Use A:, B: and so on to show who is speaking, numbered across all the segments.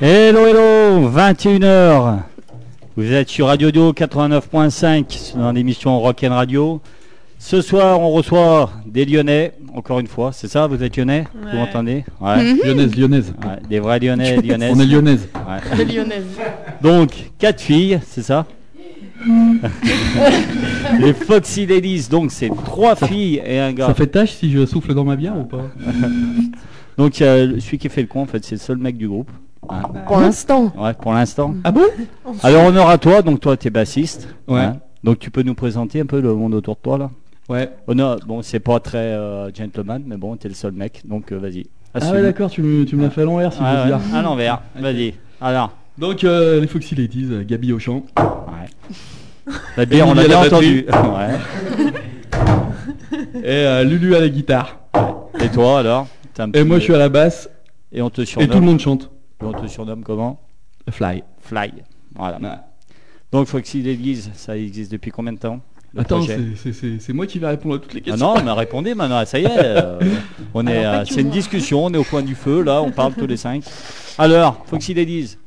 A: Hello, hello, 21h. Vous êtes sur Radio Dio 89.5 dans l'émission Rock'n Radio. Ce soir, on reçoit des Lyonnais, encore une fois, c'est ça Vous êtes Lyonnais Vous
B: Ouais.
A: m'entendez ouais.
C: Lyonnaise, lyonnaise.
A: Ouais, Des vrais Lyonnais, Lyonnaises.
C: On est lyonnaise.
A: Ouais.
B: De lyonnaise.
A: Donc, quatre filles, c'est ça Les Foxy Ladies, donc c'est trois filles et un gars.
C: Ça fait tâche si je souffle dans ma bière ou pas
A: Donc, euh, celui qui fait le con, en fait, c'est le seul mec du groupe. hein.
B: Pour l'instant.
A: Ouais, pour l'instant.
C: Ah bon
A: Alors honneur à toi, donc toi tu es bassiste. hein.
C: Ouais.
A: Donc tu peux nous présenter un peu le monde autour de toi là
C: Ouais.
A: Honneur, bon c'est pas très euh, gentleman, mais bon t'es le seul mec, donc euh, vas-y.
C: Ah
A: assume.
C: ouais d'accord, tu me, tu me l'as fait à l'envers si
A: Ouais,
C: je veux
A: Ah ouais,
C: dire.
A: à l'envers, vas-y. Alors,
C: Donc euh, les Foxy Ladies, euh, Gabi Auchan.
A: la bière,
C: Et
A: on l'a
C: Lily
A: bien
C: à la
A: entendu. Ouais.
C: Et euh, Lulu à la guitare.
A: Et toi alors T'as un
C: Et
A: petit-
C: moi je suis à la basse.
A: Et on te
C: Et tout le
A: surnomme.
C: monde chante.
A: Et on te surnomme comment
C: Fly.
A: Fly. Voilà.
C: Ouais.
A: Donc Foxy l'église, ça existe depuis combien de temps le
C: Attends,
A: projet
C: c'est- c'est c'est- c'est moi qui vais répondre à toutes les
A: Ah
C: questions.
A: non, mais répondez maintenant, ça y est. euh, on est,
B: Alors, pas
A: euh,
B: que
A: c'est une
B: moi.
A: discussion, on est au coin du feu, là, on parle tous les cinq. Alors, Foxy Ladies,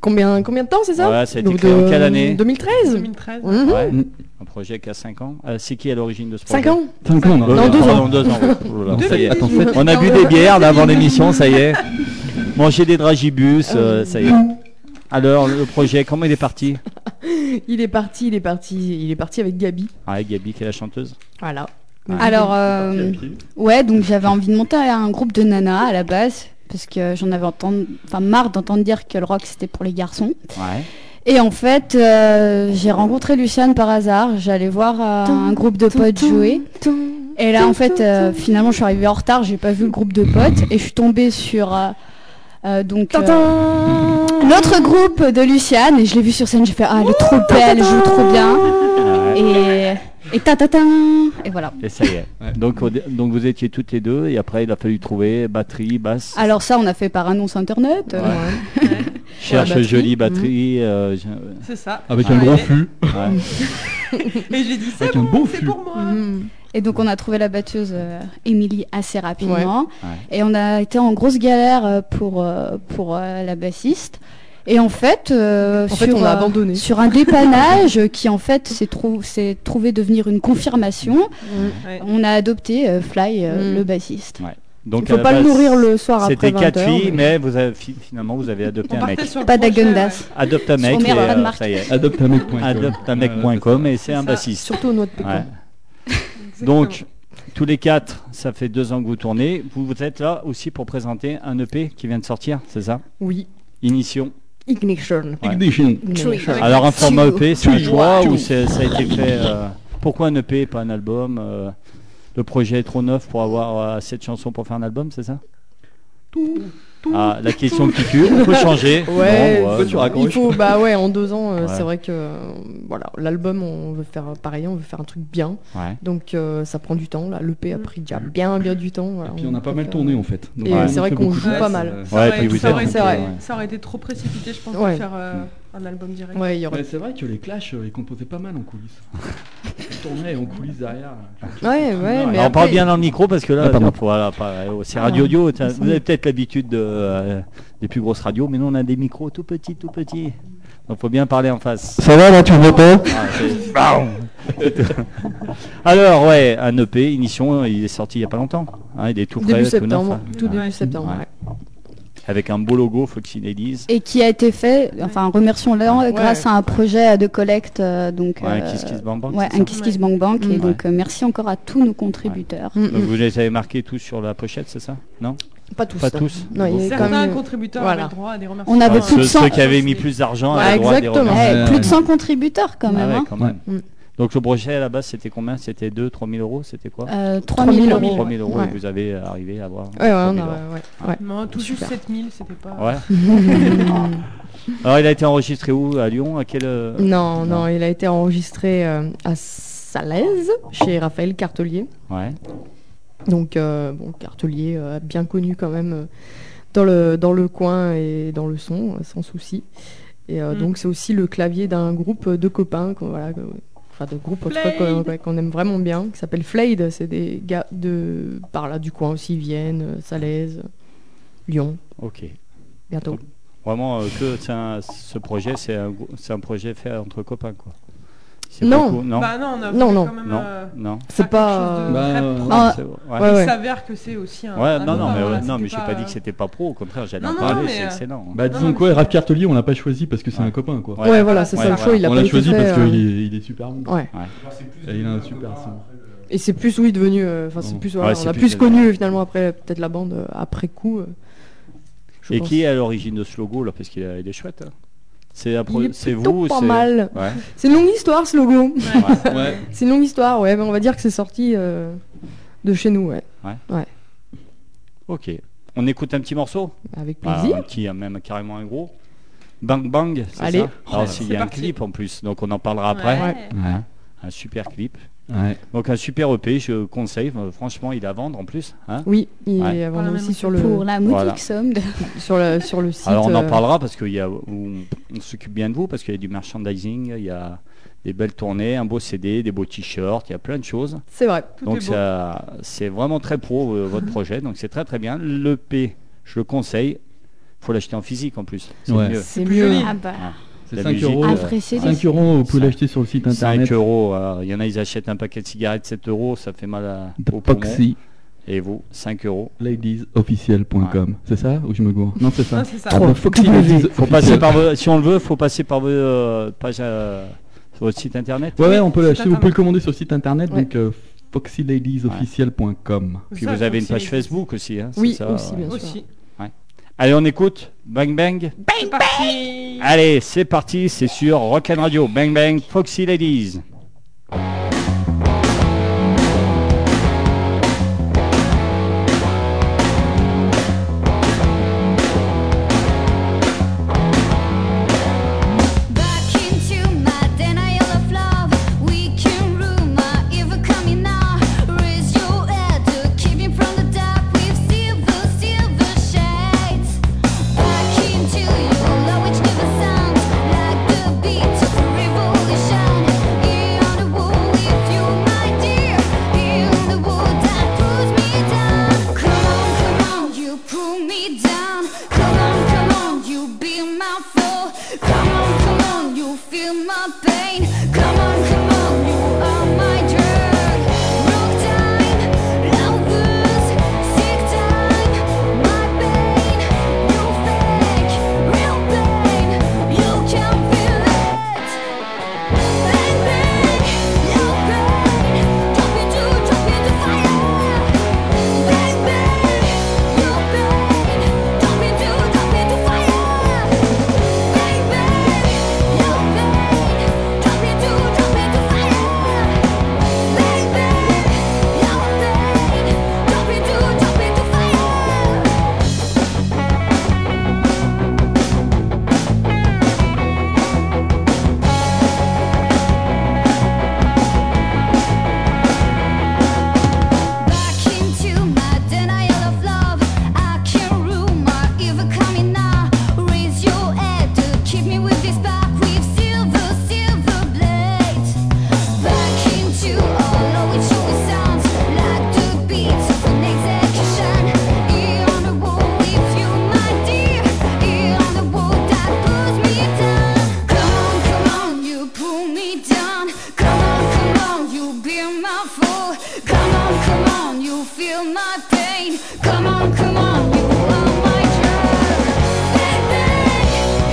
D: Combien, combien de temps c'est ça
A: Ouais, ça a été
D: Donc,
A: créé en
D: de-
A: quelle année
D: 2013
B: 2013.
D: Mhm.
A: ouais,
C: Mm.
A: un projet qui a 5 ans. Euh, c'est qui à l'origine de ce projet
D: Cinq ans
C: Cinq ans,
A: Euh,
C: non,
D: deux
A: pardon,
D: ans.
A: deux ans, ouais. Oh là là, ça y est.
C: Attends, faites-
A: On a bu des bières là, avant l'émission, ça y est. Manger des dragibus, euh, ça y est. Alors, le projet, comment il est parti
D: Il est parti, il est parti, il est parti avec Gabi.
A: Ah, Gabi qui est la chanteuse.
D: Voilà.
E: Alors, euh, ouais, donc j'avais envie de monter un groupe de nanas à la base, parce que j'en avais entendu, enfin, marre d'entendre dire que le rock c'était pour les garçons.
A: Ouais.
E: Et en fait, euh, j'ai rencontré Luciane par hasard, j'allais voir euh, un groupe de potes jouer. Et là, en fait, euh, finalement, je suis arrivée en retard, j'ai pas vu le groupe de potes, et je suis tombée sur. euh, euh, donc euh, l'autre groupe de Luciane et je l'ai vu sur scène j'ai fait ah elle est trop belle elle joue trop bien
A: Ouais.
E: et et ta ta et voilà
A: Et ça y est.
C: Ouais.
A: Donc, au dé- donc, vous étiez toutes les deux, et après, il a fallu trouver batterie, basse.
E: Alors ça, on a fait par annonce internet.
A: Ouais.
E: Euh,
A: Cherche
D: Ouais, batterie. Mmh.
A: jolie batterie. euh, je-
B: C'est ça.
C: Avec un
B: Ouais.
C: grand fût.
A: ouais.
B: Et j'ai dit, c'est
C: Avec un
B: bon,
C: beau
B: c'est
C: fût.
B: pour moi.
D: Mhm.
E: Mm. Et donc on a trouvé la batteuse euh, Émilie assez rapidement.
A: Ouais. Ouais.
E: Et on a été en grosse galère euh, pour, euh, pour euh, la bassiste. Et en fait, euh,
D: En
E: sur,
D: fait, on a
E: euh,
D: abandonné.
E: sur un dépannage euh, qui en fait s'est trou- s'est trouvé devenir une confirmation,
B: Ouais.
E: on a adopté euh, Fly, euh,
D: Mm.
E: le bassiste.
A: Donc,
D: Il
A: à
D: faut
A: la
D: pas le
A: base,
D: nourrir le soir après 20h.
A: C'était quatre filles, mais vous avez, fi- finalement, vous avez adopté
B: On
A: un mec.
B: partait sur le
E: Pas
B: projet,
E: d'Agendas.
A: Adopte un mec,
E: On
A: et,
E: merde, pas de
A: euh,
E: marque.
A: ça y est.
C: Adopte un mec.com.
A: Adoptamec.com et c'est un
B: ça.
A: bassiste.
D: Surtout au noix de pécan.
A: Ouais.
B: ouais. Exactement.
A: Donc, tous les quatre, ça fait deux ans que vous tournez. Vous, vous êtes là aussi pour présenter un EP qui vient de sortir, c'est ça
D: Oui.
A: Ignition.
D: Ignition.
A: Ouais.
C: Ignition.
D: Ignition.
B: Avec
A: Alors, un format
E: tuyau.
A: EP, c'est un
C: Tuyau.
A: choix
C: Tuyau.
A: ou c'est- ça a été fait. euh, pourquoi un EP et pas un album euh, Le projet est trop neuf pour avoir euh, cette chanson pour faire un album, c'est ça Ah, la question qui tue, on peut changer.
D: Ouais,
A: Non,
C: Pourquoi tu
A: non.
C: racontes
D: Il faut, bah ouais, en deux ans, euh,
A: Ouais.
D: c'est vrai que euh, voilà, l'album, on veut faire pareil, on veut faire un truc bien,
A: Ouais. Mm.
D: donc euh, ça prend du temps. Là, le P a pris déjà bien, bien du temps. voilà,
C: Et puis on a pas
D: peut
C: mal
D: faire-
C: tourné en fait. Donc,
D: Et
C: on
D: c'est vrai
C: fait
D: qu'on
C: beaucoup de
D: joue pas
C: choses.
D: mal.
C: Euh,
B: Ça
A: Ouais,
B: aurait-
A: puis vous
B: ça
A: êtes
B: aurait
A: donc,
B: été-
D: euh,
A: ouais.
B: ça aurait été trop précipité, je pense,
D: Ouais.
B: de faire euh, un album direct.
D: Ouais, il y aurait.
C: Ouais, c'est vrai que les Clash, euh, ils composaient pas mal en coulisses. Ils tournaient en coulisses derrière.
D: Ouais, ouais, mais
A: Alors, on
D: après- Ah,
A: parle bien dans le micro parce que là,
C: Ah, pardon.
A: voilà, pas- oh, c'est Radio Dio. tiens, Vous avez peut-être l'habitude de, euh, des plus grosses radios, mais nous on a des micros tout petits, tout petits. Donc faut bien parler en face.
C: Ça va là, tu me pas
A: Ah, c'est- Bam Alors ouais, un EP, Ignition, il est sorti il y a pas longtemps. hein, il est tout frais,
D: Début
A: tout neuf.
D: septembre,
A: hein.
D: tout début
B: Ouais.
D: septembre.
A: Ouais.
D: ouais.
A: Avec un beau logo, Foxy Ladies.
E: Et qui a été fait, enfin remercions-le,
A: Ouais.
E: grâce à un projet de collecte. euh, donc,
A: Ouais,
E: euh,
A: Kiss Kiss Bang Bang,
E: Ouais,
A: c'est
E: un
A: ça
E: Kiss Kiss Bang Bang.
D: Mm.
E: Et donc, euh, merci encore à tous nos contributeurs.
D: Mm,
A: Donc
D: mm.
A: Bah, vous les avez marqués tous sur la pochette, c'est ça Non
D: Pas tous.
A: Pas
D: hein.
A: tous.
D: Non, il y avait quand
B: Certains
D: même.
B: contributeurs
D: Voilà.
B: avaient le droit à des remerciements.
E: On avait
A: Ouais,
E: plus de
A: ceux,
E: cent-
A: ceux qui avaient mis plus d'argent
D: Ouais,
A: avaient le droit de les
D: exactement.
A: remercier.
E: Eh,
C: Ouais.
E: plus de 100 contributeurs quand même.
A: Ah ouais,
E: hein.
A: quand même.
D: Mm.
A: Donc le projet à la base c'était combien C'était 2, 3 000 euros C'était quoi
E: Euh, 3000
D: 3000
E: euros.
A: 3 000 euros
D: Ouais.
A: et vous avez euh, arrivé à avoir.
D: Ouais, ouais,
A: 3
D: on
A: 000
D: a-
A: euros.
D: ouais.
B: Ah. Non, tout juste 7000, c'était pas.
A: Ouais. Alors il a été enregistré où À Lyon À quel euh,
D: Non,
A: Non.
D: non, il a été enregistré euh, à Salaise, chez Raphaël Cartelier.
A: Ouais.
D: Donc, euh, bon, Cartelier, euh, bien connu quand même euh, dans, le, dans le coin et dans le son, euh, sans souci. Et euh,
B: Mm.
D: donc, c'est aussi le clavier d'un groupe de copains, qu'on- voilà, que- enfin de groupe en tout cas, qu'on
B: Flayed.
D: ouais, qu'on aime vraiment bien, qui s'appelle Flayed. C'est des gars de par là du coin aussi, Vienne, euh, Salaise, Lyon,
A: Ok.
D: bientôt.
A: Vraiment, euh, que c'est un- ce projet, c'est un, gros- c'est un projet fait entre copains, quoi. C'est
D: Non.
A: beaucoup- non,
B: Bah non, on a
D: Non,
B: voulu
D: non.
B: quand même.
A: Non.
B: euh,
A: non.
D: C'est
B: quelque
D: pas.
B: chose de-
C: Bah,
B: très
C: euh,
E: Ah,
A: C'est- ouais.
D: ouais,
B: Il
D: ouais.
B: s'avère que c'est aussi un.
A: Ouais,
B: un
A: non, non,
B: combat,
A: mais,
B: voilà,
A: ouais, non,
B: c'était
A: mais j'ai pas dit que c'était pas pro, au contraire, j'allais en
B: Non, non,
A: parler,
B: non, mais,
A: c'est
B: euh,
A: excellent. hein.
C: Bah
B: non,
C: disons
B: mais
C: quoi,
B: c'est-
C: Rap Cartelier, on l'a pas choisi parce que c'est
A: Ouais.
C: un copain quoi.
D: Ouais, voilà, c'est
A: Ouais,
D: ça le
A: voilà.
D: show, il a
C: on
D: pas
C: l'a
D: été
C: choisi
D: fait,
C: parce
D: euh,
C: qu'il est, il est super bon.
D: Ouais.
C: Et il a un super son.
D: Et c'est plus, oui, devenu. euh, Enfin, c'est
C: Ouais,
D: plus. voilà,
A: c'est
D: on a
A: plus
D: plus
A: des-
D: connu, finalement, après, peut-être la bande, euh, après coup. euh, je
A: Et
D: pense.
A: qui est à l'origine de ce logo là Parce qu'il est il est chouette. hein. C'est un pro-
D: Il est
A: c'est
D: plutôt
A: vous,
D: pas
A: c'est
D: mal.
A: Ouais.
D: C'est une longue histoire, ce logo.
B: Ouais.
A: ouais.
C: Ouais.
D: C'est une longue histoire, ouais, mais on va dire que c'est sorti euh, de chez nous, ouais.
A: Ok. On écoute un petit morceau
D: Avec
A: Ah,
D: plaisir.
A: Un petit, euh, même carrément un gros. Bang Bang, c'est
D: Allez.
A: ça Alors,
B: Ouais.
A: s'il y
B: Oh, C'est
A: a un
B: parti.
A: clip en plus, donc on en parlera après.
B: Ouais.
C: Ouais.
A: Un super clip.
C: Ouais.
A: Donc un super EP, je conseille. Euh, Franchement, il est à vendre en plus. hein.
D: Oui, il
A: Ouais.
D: est à vendre
B: Par la
D: aussi
B: même
D: sur le,
E: Pour la modique
A: Voilà.
E: somme de...
D: sur, la- sur le site.
A: Alors on en
D: euh,
A: parlera parce qu'on on s'occupe bien de vous, parce qu'il y a du merchandising, il y a des belles tournées, un beau CD, des beaux t-shirts, il y a plein de choses.
D: C'est vrai.
B: Tout
A: donc
B: est beau.
A: ça- c'est vraiment très pro euh, votre projet, donc c'est très très bien. Le P, je le conseille. Faut l'acheter en physique en plus. C'est
C: Ouais.
A: mieux.
D: C'est
B: plus
D: mieux.
B: joli.
E: Ah bah,
A: La
C: C'est 5
A: musique,
C: euros.
A: euh,
E: après c'est
C: 5 euros, vous pouvez
A: Cinq-
C: l'acheter sur le site
A: 5
C: internet.
A: euros. alors, Il y en a, ils achètent un paquet de cigarettes 7 euros, ça fait mal à,
C: The
A: au poumon.
C: Poxy
A: Et vous, 5 euros.
C: Ladiesofficiel.com. C'est ça ou je me gourre Non, c'est ça.
B: Non, c'est ça.
C: Ah, The Foxy
D: Faut
C: Ladies
A: Faut
C: Officiel.
A: passer par vos- si on le veut, faut passer par vos euh, pages, euh, sur votre site internet.
C: Ouais, ouais, on peut
B: Site
C: l'acheter, vous
B: internet.
C: pouvez le commander sur le site internet,
D: Ouais.
C: donc euh, foxyladiesofficiel.com.
A: Puis
B: Ça,
A: vous avez une
B: aussi,
A: page Facebook aussi. hein, c'est
D: Oui,
A: ça,
D: aussi,
A: ouais.
D: bien sûr.
B: Aussi.
A: Allez, on écoute. Bang bang.
B: C'est parti.
A: Allez, c'est parti. C'est sur Rock'n Radio. Bang bang. Foxy Ladies.
F: Back into my denial of love, weaken rumor, evil coming now. Raise your head to keep me from the dark with silver, silver shades. Back into your love, which never sounds like the beat of a revolution. Here on the wall, if you, my dear, here on the wall that pulls me down. Come on, come on, you pull me down. Come on, come on, you be my floor. Come on, come on, you feel my pain. Come on, come on, you are my drug. Wrong time, lovers. Sick time, my pain. You fake, real pain. You can feel it. Bang bang, your pain. Drop into, drop into fire. Bang bang, your pain. Drop into, drop into fire. Bang bang, your pain. Drop into, drop into fire. Bang bang, your pain. Drop into, drop into fire. Back into my denial of love. I can rumor evil coming now. Raise your head to keep me with this back with silver, silver blades. Back into all of which always sounds like the beats of an execution. Ear on the wall if you, my dear. Ear on the wall that pulls me down. Come on, come on, you pull me down. Come on, come on, you be my fool. Come on, come on, you feel my pain. Come on, come on, you are my drug. Bang bang,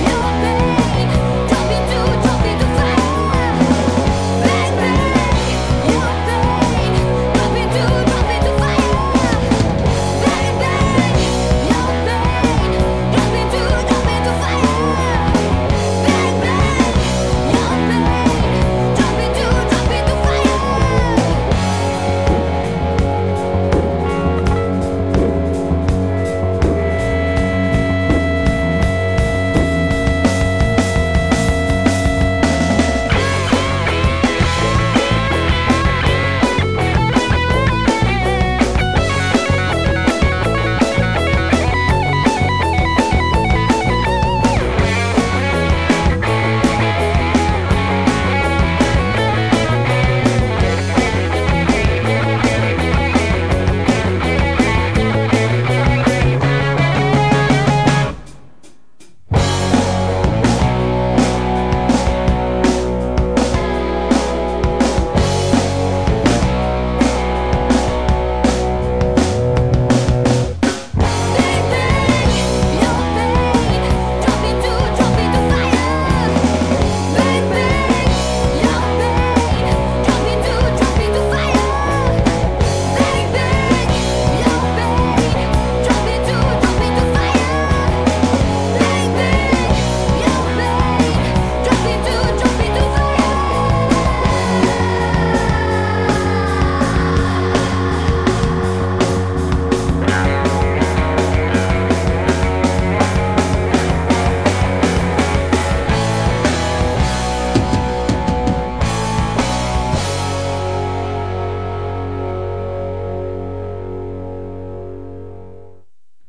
F: your pain. Drop into, drop into fire. Bang bang, your pain. Drop into, drop into fire. Bang bang, your pain. Drop into, drop into fire. Bang bang, your pain. Drop into, drop into fire.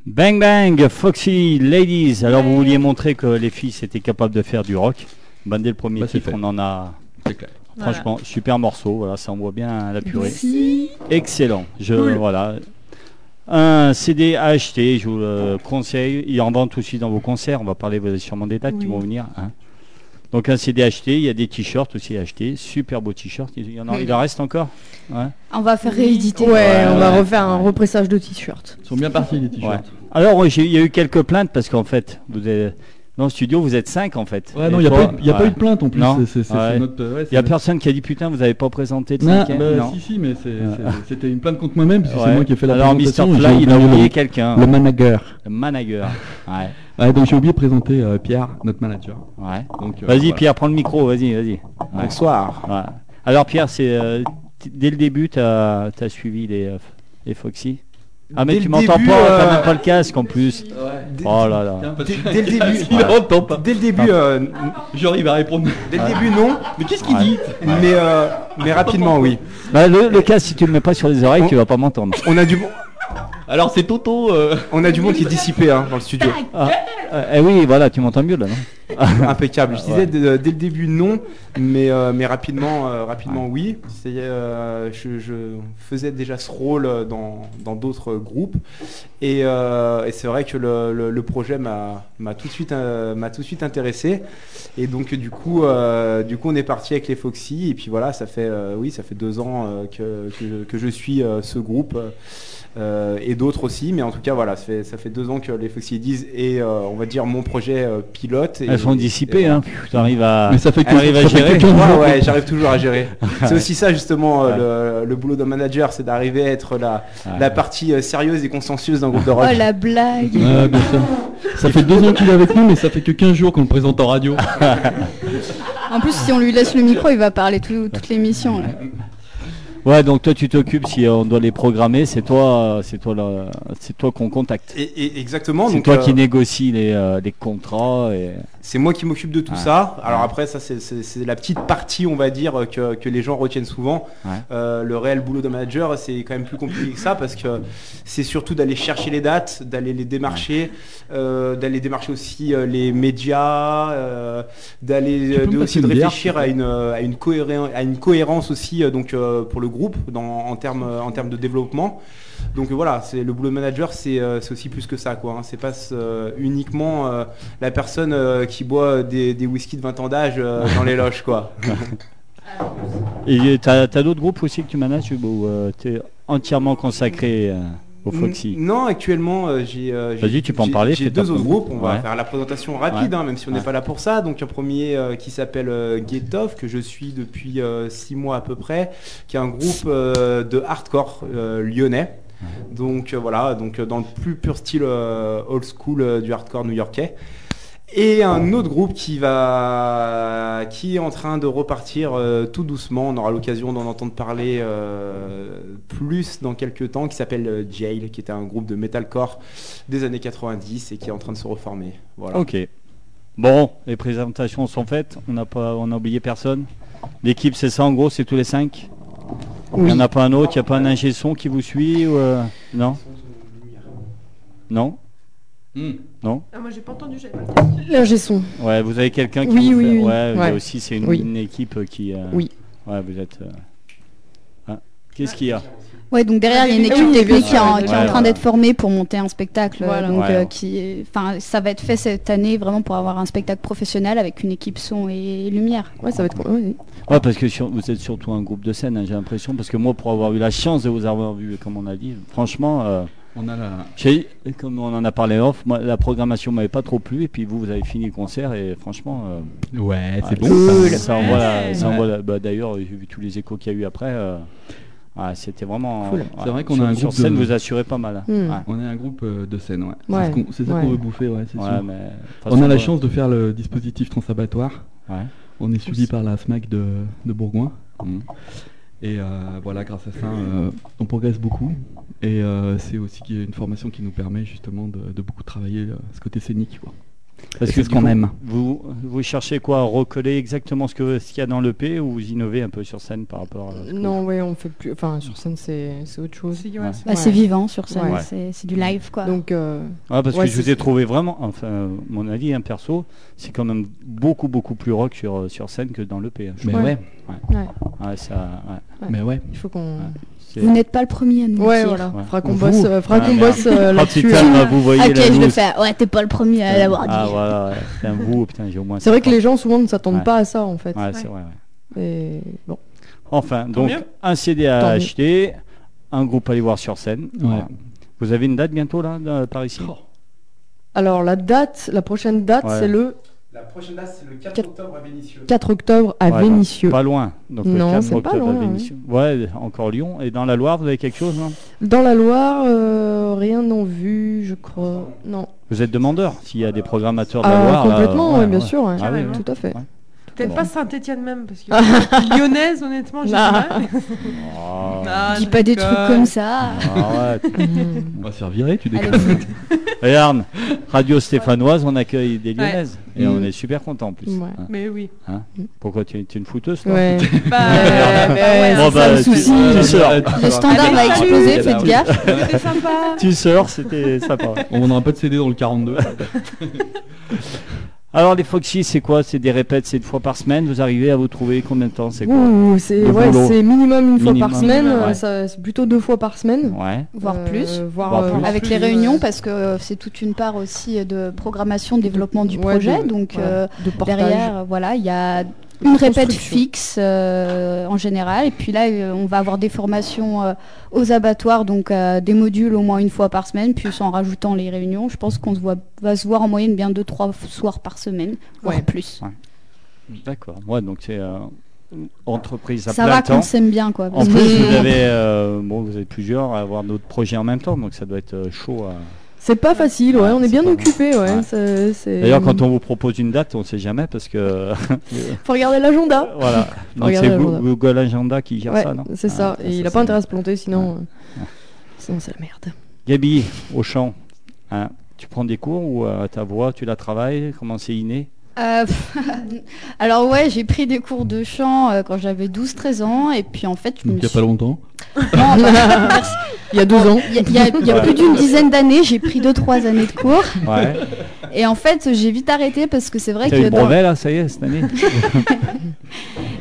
A: Bang Bang, Foxy, Ladies. Alors vous vouliez montrer que les filles étaient capables de faire du rock. Ben, dès le premier
C: Bah, c'est
A: titre,
C: fait.
A: on en a.
C: C'est clair.
B: Voilà.
A: Franchement, super morceau. Voilà, ça envoie bien la purée.
E: Si.
A: Excellent. Je
B: Cool.
A: voilà. Un CD à acheter, je vous le conseille. Il est en vente aussi dans vos concerts. On va parler, vous avez sûrement des dates qui
D: Oui.
A: vont venir. hein. Donc un CD acheté, il y a des t-shirts aussi à acheter. Super beaux t-shirts. Il y en, a, il en reste encore hein Ouais.
E: On va faire
B: Oui.
E: rééditer.
D: Ouais,
A: Ouais,
D: on va
A: ouais.
D: refaire un repressage de t-shirt.
C: Ils sont bien partis les
A: Ouais.
C: t-shirts.
A: Alors, ouais, j'ai- il y a eu quelques plaintes parce qu'en fait, vous êtes, dans le studio, vous êtes cinq en fait.
C: Ouais, non, il n'y a,
A: toi-
C: pas eu- y a pas
A: ouais.
C: eu de plainte en plus.
A: Non.
C: c'est- c'est- c'est
A: Ouais.
C: notre- ouais,
A: Il y a
C: c'est-
A: personne qui a dit putain, vous n'avez pas présenté de
C: Non,
A: cinquième.
C: bah,
A: Non.
C: si, si, mais c'est-
A: Ouais.
C: c'est- c'était une plainte contre moi-même, puisque
A: Ouais.
C: c'est moi qui ai fait la
A: Alors, Mr.
C: présentation. et
A: Fly,
C: j'ai
A: il a
C: oublié
A: oublié
C: le-
A: quelqu'un.
C: Le manager.
A: Le manager. Ouais,
C: Ouais, donc j'ai oublié de présenter euh, Pierre, notre manager.
A: ouais.
C: Donc, euh,
A: Vas-y
C: voilà.
A: Pierre, prends le micro, vas-y, vas-y. Ouais.
G: Bonsoir.
A: Ouais. Alors Pierre, c'est euh, t- dès le début, tu as, suivi les, euh, les Foxy Ah mais
G: Dès
A: tu
G: le
A: m'entends pas,
G: début,
A: t'as
G: euh,
A: même pas le casque en plus.
G: Dès,
A: Oh là là.
G: dès- dès le début,
C: Il entend pas.
G: dès le début, euh,
C: J'arrive à répondre.
G: dès le début non,
C: Mais qu'est-ce qu'il
A: Ouais.
C: dit
G: mais, euh, mais rapidement oui.
A: Bah, le, le casque, si tu le mets pas sur les oreilles,
G: On-
A: tu vas pas m'entendre.
G: On a du bon,
C: Alors c'est Toto. euh, Ah.
G: on a du monde qui est dissipé hein, dans le studio.
A: Euh, eh oui, voilà, tu m'entends mieux là, non
G: Impeccable. Je disais
A: Ouais.
G: dès, dès le début non, mais, euh, mais rapidement, euh, rapidement oui. C'est, euh, je, je faisais déjà ce rôle euh, dans dans d'autres groupes et, euh, et c'est vrai que le, le- le projet m'a m'a tout de suite euh, m'a tout de suite intéressé et donc du coup euh, du coup on est parti avec les Foxy et puis voilà ça fait euh, oui ça fait deux ans euh, que, que, je, que je suis euh, ce groupe. euh, et d'autres aussi, mais en tout cas voilà, ça fait, ça fait deux ans que les Foxy disent et euh, on va dire mon projet euh, pilote. et-
A: Elles sont
G: et
A: dissipées,
G: voilà.
A: hein. Pfiou, T'arrives à.
C: Mais ça fait que
A: Arrive à
C: ça fait
A: gérer.
C: que quinze
G: Ouais,
C: jours.
G: ouais, j'arrive toujours à gérer. C'est aussi ça justement
A: Ouais.
G: euh, le, le boulot d'un manager, c'est d'arriver à être la,
A: Ouais.
G: la partie euh, sérieuse et consciencieuse d'un groupe de
A: Ah,
E: Oh
G: rock.
E: la blague.
C: Ouais, bien sûr. Ça fait deux ans qu'il est avec nous, mais ça fait que 15 jours qu'on le présente en radio.
E: En plus, si on lui laisse le micro, il va parler tout- toute l'émission. là.
A: Ouais, donc toi, tu t'occupes si euh, on doit les programmer, c'est toi, euh, c'est toi, là, c'est toi qu'on contacte.
G: Et, et- exactement.
A: C'est
G: donc,
A: toi
G: euh,
A: qui négocie les, euh, les contrats et. Ah.
G: C'est moi qui m'occupe de tout
A: Ouais.
G: ça. Alors
A: Ouais.
G: après, ça c'est- c'est c'est la petite partie, on va dire, euh, que, que les gens retiennent souvent.
A: Ouais.
G: Euh, le réel boulot d'un manager, c'est quand même plus compliqué que ça parce que c'est surtout d'aller chercher les dates, d'aller les démarcher, euh, d'aller démarcher aussi euh, les médias, euh, d'aller
C: Tu peux
G: euh,
C: me
G: de-
C: passer
G: aussi de
C: une bière,
G: réfléchir
C: s'il te
G: à
C: plaît
G: une euh, à une cohérence à une cohérence aussi euh, donc euh, pour le groupe dans, en termes euh, en termes de développement. Donc euh, voilà, c'est le boulot de manager, c'est euh, c'est aussi plus que ça quoi. hein. C'est pas euh, uniquement euh, la personne euh, qui boit des, des whisky de 20 ans d'âge euh, dans les loges quoi.
A: Ah. Et t'as as, d'autres groupes aussi que tu manages ou euh, t'es entièrement consacré euh, aux Foxy
G: N- Non, actuellement euh, j'ai euh, j'ai-
A: Vas-y, tu peux en
G: j'ai-
A: parler, fais
G: J'ai
A: ta
G: deux autres
A: promo.
G: groupes, on va
A: Ouais.
G: faire la présentation rapide
A: Ouais.
G: hein, même si on n'est
A: Ouais.
G: pas là pour ça. Donc un premier euh, qui s'appelle euh, Get Off que je suis depuis euh, six mois à peu près, qui est un groupe euh, de hardcore euh, lyonnais. Donc euh, voilà, donc euh, dans le plus pur style euh, old school euh, du hardcore new-yorkais. Et un autre groupe qui va, qui est en train de repartir euh, tout doucement. On aura l'occasion d'en entendre parler euh, plus dans quelques temps, qui s'appelle euh, Jail, qui était un groupe de metalcore des années 90 et qui est en train de se reformer. Voilà.
A: Ok. Bon, les présentations sont faites. On n'a pas, on a oublié personne. L'équipe, c'est ça en gros, c'est tous les cinq. Il n'y en a pas un autre, il n'y a pas un ingé son qui vous suit ou euh, Non Non
C: Hmm.
B: Ah, moi j'ai pas entendu, j'avais pas le temps.
D: L'ingé son.
A: Ouais, vous avez quelqu'un qui
D: Oui,
A: vous
D: oui,
A: fait-
D: oui.
A: Ouais, vous
D: Ouais.
A: aussi, c'est une,
D: Oui.
A: une équipe qui. euh,
D: Oui.
A: Ouais, vous êtes. euh, ah, Qu'est-ce qu'il y a
E: Ouais, donc derrière, il y a une
D: Ah
E: équipe
D: oui,
E: technique
D: bien
E: qui est en,
D: sûr.
E: qui est en
A: Ouais,
E: train
A: ouais.
E: d'être formée pour monter un spectacle.
D: Voilà.
E: Donc,
A: Ouais.
E: euh, qui est- enfin, ça va être fait cette année vraiment pour avoir un spectacle professionnel avec une équipe son et lumière.
D: Ouais, ça va être. ouais,
A: Ouais, parce que sur- vous êtes surtout un groupe de scène, hein, j'ai l'impression. Parce que moi, pour avoir eu la chance de vous avoir vu, comme on a dit, franchement. euh,
C: On a la.
A: J'ai- Comme on en a parlé off, moi, la programmation m'avait pas trop plu et puis vous, vous avez fini le concert et franchement, euh,
C: Ouais,
A: ah,
C: c'est bon.
A: ça-
C: ça.
A: Ça, envoie la-
B: Ouais.
A: ça envoie la- bah, D'ailleurs, j'ai vu tous les échos qu'il y a eu après. euh, ah, C'était vraiment.
D: Cool.
A: ouais,
C: C'est vrai qu'on
A: sur-
C: a un
A: sur
C: groupe
A: scène,
C: de-
A: vous assurez pas mal. hein.
D: Hmm.
A: Ouais.
C: On est un groupe euh, de scène, ouais.
D: Ouais.
C: C'est ce qu'on- C'est ça qu'on
D: Ouais.
C: veut bouffer, ouais, c'est
A: Ouais,
C: sûr.
A: mais, de toute
C: On
A: façon,
C: a la
A: ouais.
C: chance de faire le dispositif transabbatoire.
A: Ouais.
C: On est suivi
D: Aussi.
C: par la SMAC de, de Bourgoin.
A: Mhm.
C: Et euh, voilà, grâce à ça, euh, on progresse beaucoup. Et euh, c'est aussi qu'il y a une formation qui nous permet justement de, de beaucoup travailler euh, ce côté scénique. Quoi.
A: Parce
C: C'est ce
A: du
C: qu'on
A: coup,
C: aime.
A: Vous, vous cherchez quoi à Recoller exactement ce que- ce qu'il y a dans l'EP ou vous innovez un peu sur scène par rapport à. ce que vous-
D: Non, ouais, on fait plus. Enfin, sur scène, c'est c'est autre chose.
B: C'est Johan.
E: Bah, C'est
D: Ouais.
E: vivant sur scène,
A: Ouais.
E: c'est- c'est du live quoi.
D: Donc, euh,
A: Ah, parce
D: Ouais,
A: que je vous
D: c'est-
A: ai trouvé vraiment, enfin, euh, mon avis, un perso, c'est quand même beaucoup, beaucoup plus rock sur, euh, sur scène que dans l'EP. hein.
C: Mais
D: Ouais.
C: ouais,
D: ouais,
A: Ouais, ça, ouais,
C: mais ouais.
D: il faut qu'on.
A: c'est-
E: Vous n'êtes pas le premier à nous
D: Ouais,
E: le dire.
D: voilà.
A: Ouais.
D: Faudra qu'on
C: Vous.
D: bosse, euh, faudra
A: Ah,
D: qu'on
A: merde.
D: bosse euh,
A: Ah
D: là-dessus.
A: putain, là, vous voyez
E: Ok,
A: la
E: je le
A: loose.
E: fais. Ouais, t'es pas le premier à l'avoir dit.
A: Ah voilà, ouais. c'est un vous, putain, j'ai au moins.
D: C'est vrai que les gens souvent ne
A: Ouais.
D: s'attendent pas à ça en fait.
A: Ouais, c'est vrai. ouais.
D: Et bon,
A: Enfin, donc
B: mieux.
A: un CD à
D: Tant mieux.
A: acheter, un groupe à aller voir sur scène. Voilà. Vous avez une date bientôt là, dans- par ici
C: Oh.
D: alors la date, la prochaine date,
A: Ouais.
D: c'est le
G: La prochaine date, c'est le 4
D: Quatre-
G: octobre à Vénissieux.
D: 4 octobre à
A: Ouais,
D: Vénissieux.
A: Pas loin. Donc le
D: Non,
A: 4
D: c'est pas
A: octobre à
D: loin,
A: Vénissieux. Ouais, encore Lyon. Et dans la Loire, vous avez quelque chose non
D: Dans la Loire, euh, rien non vu, je crois. Non.
A: Vous êtes demandeur s'il y a des programmateurs de la
D: Ah,
A: Loire. là,
D: complètement,
A: ouais,
D: ouais, bien
A: ouais.
D: sûr, ouais.
A: Ah oui,
B: Carrément.
A: oui.
D: tout à fait.
A: Ouais.
B: Peut-être pas Saint-Etienne même, parce que lyonnaise, honnêtement, j'ai du
D: Non.
B: mal.
A: Oh.
B: Ah,
E: Dis pas des
B: d'accord.
E: trucs comme ça.
A: Arrête.
D: Mhm.
C: On va se faire virer, tu
E: Allez,
C: déconnes.
A: Regarde, Radio Stéphanoise, on accueille des Lyonnaises. Et
D: Mm.
A: on est super contents en plus.
D: Ouais.
A: Hein.
B: Mais oui.
A: Pourquoi tu es, tu es une fouteuse toi
D: Ouais.
B: Bah,
D: Merde.
B: ouais,
D: Bon,
B: c'est
D: bah,
B: ça,
D: le
A: tu-
D: souci.
A: tu sors.
E: Le standard
B: Allez,
E: va
B: salut.
E: exploser, faites gaffe.
B: c'était sympa.
A: Tu sors, c'était sympa.
C: On vendra pas de CD dans le 42.
A: Alors les Foxy, c'est quoi C'est des répètes, c'est une fois par semaine. Vous arrivez à vous trouver combien de temps C'est quoi
D: Ouh, c'est
A: Le
D: ouais,
A: boulot.
D: c'est minimum une fois
A: Minimum.
D: par semaine,
A: Minimum, ouais.
D: euh, ça- c'est plutôt deux fois par semaine.
A: Ouais.
E: Voire
D: Euh,
E: plus.
D: voire,
A: Voire
D: euh,
A: plus.
E: Avec les
D: plus,
E: réunions,
D: euh,
E: parce que euh, c'est toute une part aussi euh, de programmation, développement du
D: ouais,
E: projet.
D: de-
E: Donc
D: voilà,
E: euh,
D: de portage.
E: derrière, voilà, il y a
D: De
E: une répète
D: construction.
E: fixe euh, en général. Et puis là, euh, on va avoir des formations euh, aux abattoirs, donc euh, des modules au moins une fois par semaine, puis en rajoutant les réunions. Je pense qu'on se voit, va se voir en moyenne bien deux, trois soirs par semaine, voire
D: Ouais.
E: plus.
A: D'accord. Ouais, donc c'est euh, une entreprise à
E: Ça
A: plein
E: va
A: temps.
E: qu'on s'aime bien, quoi.
A: En
E: parce que-
A: plus, vous avez euh, bon, vous êtes plusieurs à avoir d'autres projets en même temps, donc ça doit être euh, chaud. à-
D: C'est pas facile, ouais,
A: Ouais,
D: on est
A: c'est
D: bien
A: pas
D: occupé, ouais.
A: Ouais.
D: c'est- c'est-
A: D'ailleurs, quand on vous propose une date, on ne sait jamais parce que
D: faut regarder l'agenda.
A: Euh, voilà. Donc
D: Regarde
A: c'est Goo-
D: l'agenda.
A: Google Agenda qui gère
D: Ouais,
A: ça, non
D: c'est
A: Ah,
D: ça. Et il a
A: c'est
D: pas
A: bien.
D: intérêt à se planter, sinon, euh,
A: Ouais.
D: sinon c'est la merde.
A: Gabi, au chant, hein, tu prends des cours ou euh, ta voix, tu la travailles Comment c'est inné
E: Euh, Alors ouais, j'ai pris des cours de chant euh, quand j'avais 12-13 ans et puis en fait je
C: Donc
E: me
C: il y a
E: suis...
C: pas longtemps.
E: Non, bah, merci.
D: Il y a deux ans.
E: Il y a, il y a- il y a
A: Ouais.
E: plus d'une dizaine d'années, j'ai pris 2-3 années de cours
A: Ouais.
E: et en fait j'ai vite arrêté parce que c'est vrai
A: T'as eu
E: que
A: le
E: dans-
A: brevet là, ça y est, cette année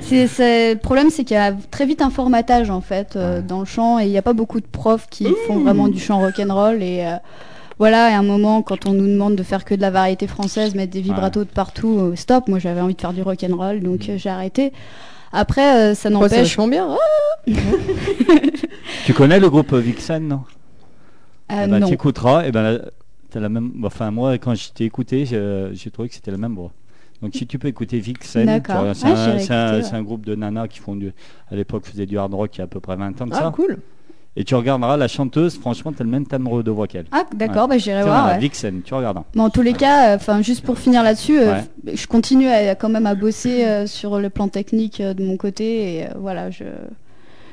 E: c'est- c'est- le problème c'est qu'il y a très vite un formatage en fait euh, dans le chant et il n'y a pas beaucoup de profs qui font vraiment du chant rock'n'roll et... euh, voilà, à un moment, quand on nous demande de faire que de la variété française, mettre des vibratos de partout, euh, stop, moi j'avais envie de faire du rock'n'roll, donc
A: Mmh.
E: euh, j'ai arrêté. Après, euh, ça
D: Ouais, c'est
E: n'empêche
D: vachement bien. Ah,
A: Tu connais le groupe Vixen, non
E: Euh,
A: Eh ben,
E: non.
A: T'écouteras, et ben, la- t'as la même. Enfin, moi, quand je t'ai écouté, je- j'ai trouvé que c'était la même voix. Donc, si tu peux écouter Vixen, tu
E: D'accord.
A: vois, c'est
E: Ouais,
A: un,
E: j'irai
A: c'est un-
E: écouter, ouais.
A: c'est un groupe de nanas qui font du. À l'époque, faisaient du hard rock il y a à peu près 20 ans
E: Ah,
A: de ça.
D: cool.
A: Et tu regarderas la chanteuse, franchement, t'as le même timbre de voix qu'elle.
E: Ah, d'accord, bah, j'irai
A: Tiens,
E: voir.
A: voilà,
E: ouais.
A: Vixen, tu regarderas.
E: Mais en tous les cas, euh, enfin, juste pour finir là-dessus, euh,
A: Ouais.
E: f- je continue à, quand même à bosser euh, sur le plan technique euh, de mon côté et euh, voilà, je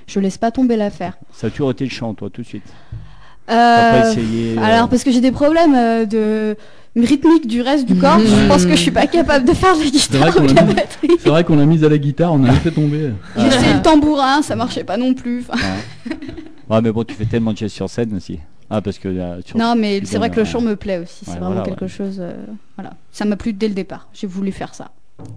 E: je laisse pas tomber l'affaire.
A: Ça a toujours été le chant, toi, tout de suite. T'as pas
E: Euh,
A: essayé. euh,
E: alors parce que j'ai des problèmes euh, de rythmique du reste du corps, je pense que je suis pas capable de faire de la
C: vrai
E: guitare
C: qu'on
E: ou de la
C: l'a mis.
E: batterie.
C: C'est vrai qu'on l'a mise à la guitare, on a laissé tomber.
E: J'ai essayé le tambourin, ça marchait pas non plus. 'fin.
A: Ouais, mais bon, tu fais tellement de gestes sur scène aussi. Ah, parce que. euh, sur-
E: Non, mais
A: tu
E: c'est vrai
A: donnes,
E: que le
A: ouais.
E: chant me plaît aussi.
A: Ouais,
E: c'est vraiment
A: voilà,
E: quelque
A: ouais.
E: chose. euh, voilà, ça m'a plu dès le départ. J'ai voulu faire ça.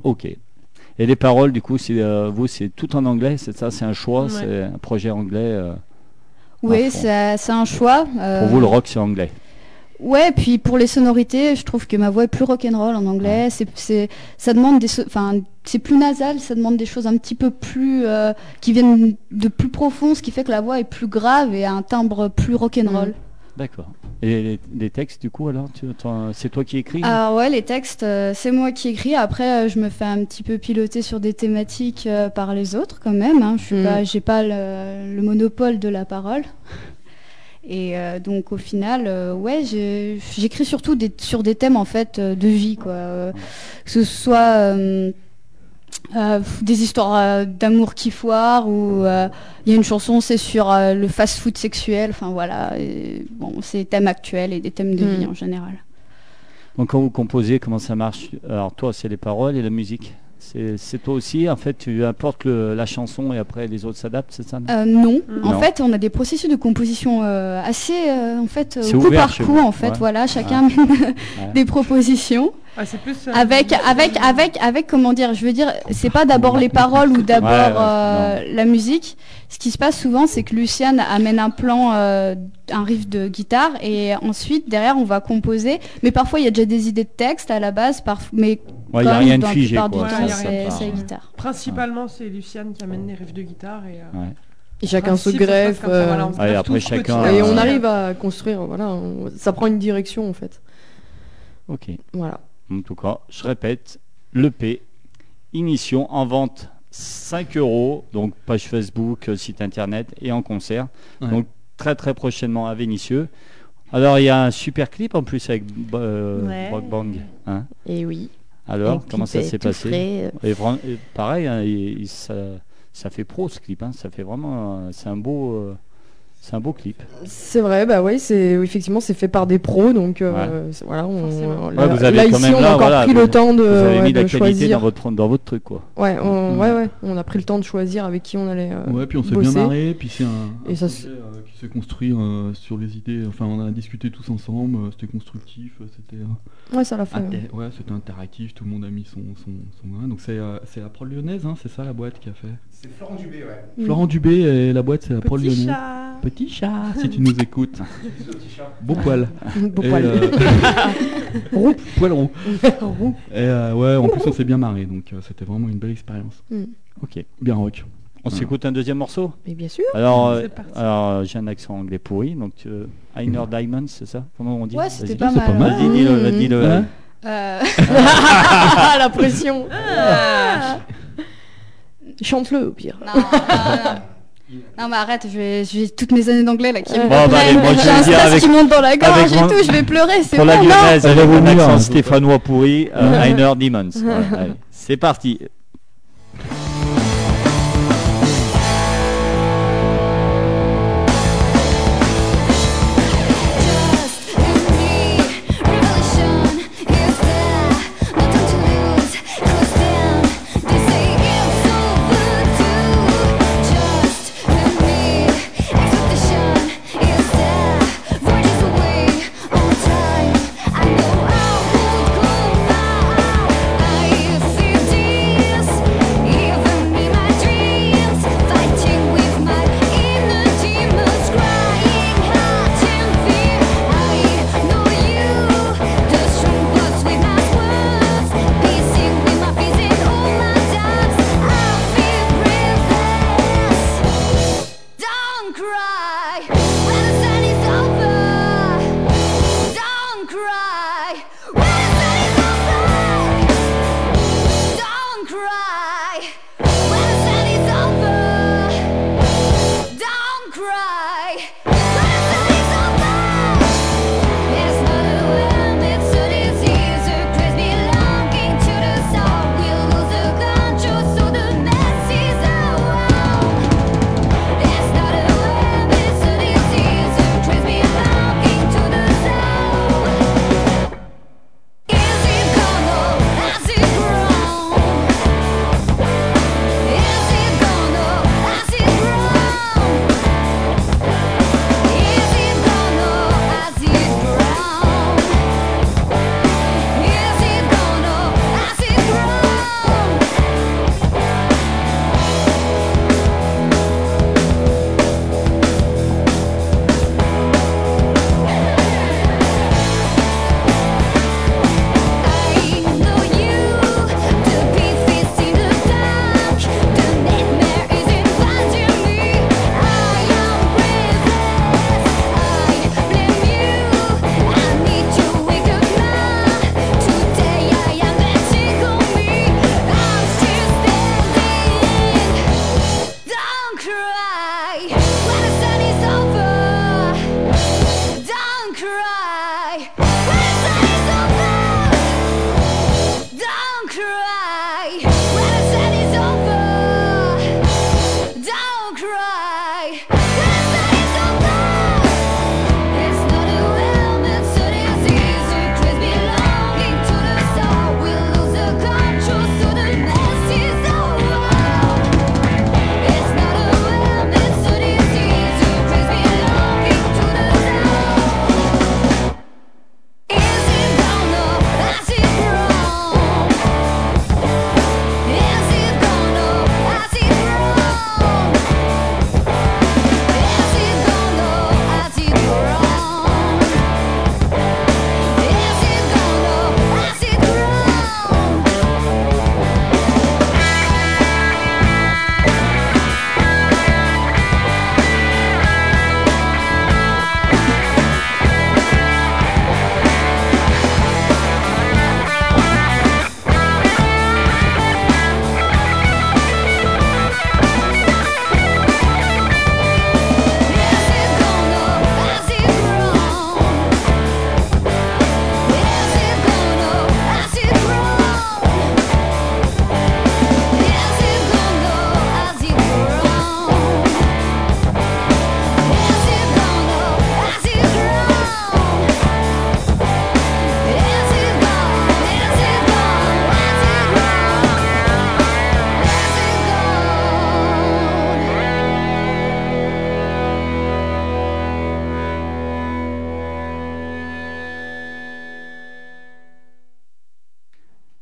A: Ok. Et les paroles, du coup, c'est euh, vous, c'est tout en anglais, c'est ça, c'est un choix,
B: Ouais.
A: c'est un projet anglais. euh,
E: Oui,
A: fond.
E: c'est c'est un choix. euh,
A: Pour vous, le rock, c'est anglais.
E: Ouais, puis pour les sonorités, je trouve que ma voix est plus rock'n'roll en anglais. C'est, c'est, ça demande des, so- enfin, c'est plus nasal, ça demande des choses un petit peu plus euh, qui viennent de plus profond, ce qui fait que la voix est plus grave et a un timbre plus rock'n'roll.
A: D'accord. Et les, les textes, du coup, alors, tu- t'en- c'est toi qui écris
E: Ah ouais, les textes, euh, c'est moi qui écris. Après, euh, je me fais un petit peu piloter sur des thématiques euh, par les autres quand même. hein. Je suis
D: Mm.
E: pas, j'ai pas le, le monopole de la parole. Et euh, donc au final, euh, ouais, j'ai- j'écris surtout des, sur des thèmes en fait euh, de vie, quoi. Euh, que ce soit euh, euh, des histoires euh, d'amour qui foirent ou euh, il y a une chanson, c'est sur euh, le fast-food sexuel. Enfin voilà, Et bon, c'est des thèmes actuels et des thèmes de
D: Mm.
E: vie en général.
A: Donc quand vous composez, comment ça marche Alors toi, c'est les paroles et la musique. C'est c'est toi aussi, en fait, tu apportes le- la chanson et après les autres s'adaptent, c'est ça non
E: Euh, non.
B: Mm.
E: en
A: Non.
E: fait, on a des processus de composition euh, assez, euh, en fait, euh,
A: C'est
E: coup
A: ouvert
E: par
A: chez
E: coup,
A: vous.
E: en fait,
A: Ouais.
E: voilà, chacun des propositions
B: Ah, c'est plus. euh,
E: avec, avec, avec, avec, comment dire, je veux dire, c'est pas d'abord les paroles ou d'abord
A: Ouais, ouais,
E: euh, la musique. Ce qui se passe souvent, c'est que Luciane amène un plan, euh, un riff de guitare, et ensuite derrière, on va composer. Mais parfois, il y a déjà des idées de texte à la base, parf- mais
A: Ouais, Il n'y a
E: comme
A: rien de
E: dans la
A: figé.
E: plupart du
A: quoi.
E: temps,
A: Ça,
B: y a
A: ça
B: rien
E: c'est
B: de
A: part.
E: c'est la
B: figé.
E: guitare.
B: Principalement, c'est Luciane qui amène les riffs de guitare et. euh,
A: Ouais.
D: Et chacun se
B: principe, on
D: greffe.
B: passe comme ça,
D: euh,
B: voilà, on se
A: Ouais,
B: greffe
A: après,
B: tous
A: chacun,
B: petit à
D: et
A: Ah,
B: petit.
D: on
A: ouais.
D: arrive à construire, voilà, on- ça prend une direction en fait.
A: Ok.
D: Voilà.
A: En tout cas, je répète, le P, Ignition, en vente 5 euros, donc page Facebook, euh, site internet et en concert.
C: Ouais.
A: Donc très très prochainement à Vénissieux. Alors il y a un super clip en plus avec euh,
H: Ouais.
A: Rock Bang. hein.
H: Et oui.
A: Alors
H: Un
A: comment ça
H: clip, euh,
A: s'est
H: tout
A: passé
H: frais, euh,
A: et, vra- et Pareil, hein, il- il- ça, ça fait pro ce clip, hein. ça fait vraiment, euh, c'est un beau, euh, c'est un beau clip.
D: C'est vrai, bah oui, c'est effectivement c'est fait par des pros, donc euh, c'est- voilà, on,
B: Forcément.
D: on- là,
A: Ouais, vous avez
D: là,
A: quand
D: ici
A: même
D: on
A: là,
D: a encore
A: voilà,
D: pris
A: vous-
D: le temps de,
A: Vous avez
D: ouais,
A: mis de la
D: de
A: qualité
D: choisir.
A: dans votre, dans votre truc quoi.
D: Ouais, on,
C: Mm.
D: ouais, ouais, on a pris le temps de choisir avec qui on allait. euh,
C: Ouais, puis on s'est bien
D: bosser.
C: marré, puis c'est un,
D: Et
C: un
D: ça
C: projet,
D: se-
C: euh, qui s'est construit euh, sur les idées. Enfin, on a discuté tous ensemble, euh, c'était constructif, euh, c'était euh,
D: Ouais, ça l'a fait.
C: ah,
D: ouais.
C: et- ouais, c'était interactif, tout le monde a mis son son, son grain. Donc c'est euh, c'est la prod lyonnaise, hein, c'est ça la boîte qui a fait.
G: C'est Florent Dubé, ouais.
E: Mmh.
D: Mm.
C: Florent Dubé et la boîte, c'est la prod
B: Petit
C: lyonnaise.
B: chat.
C: Petit chat, Ah, si tu nous écoutes,
G: Le petit chat.
C: beau poil.
D: Bon,
C: Et,
D: poil.
C: euh, roux, poil roux.
D: Roux.
C: Et euh, ouais, en plus on s'est bien marré, donc euh, c'était vraiment une belle expérience.
D: Mm.
A: Ok.
C: Bien rock.
A: On
C: Voilà.
A: s'écoute un deuxième morceau.
D: Mais bien sûr.
A: Alors, euh,
B: C'est parti.
A: alors, euh, j'ai un accent anglais pourri, donc tu veux- Einer Diamond, c'est ça Comment on dit
E: Ouais, c'était
A: Vas-y.
E: pas
C: Mmh. C'est pas
E: mal.
C: mal.
E: ouais.
A: Vas-y, dis-le,
D: Mmh.
A: dis-le.
C: Hein
E: Euh,
D: Ah, la pression.
E: Ah.
D: Chante-le au pire.
E: Non, non, non. Ah. Non, mais arrête, je vais- j'ai toutes mes années d'anglais là qui
B: Euh.
E: me
D: Bon,
E: reprennent.
A: bah, allez, moi, je
E: J'ai
A: vais
E: un
A: dire
E: stress
A: avec-
E: qui monte dans la gorge
A: avec
E: et
A: mon-
E: tout, je vais pleurer, c'est
A: Pour la
E: bon, non
A: lyonnaise, avec
C: Elle va
A: un
C: vomir,
A: accent
C: hein.
A: stéphanois pourri, euh, Einer Diamonds. Voilà, allez, c'est parti.
F: I know I would go now. I feel deep.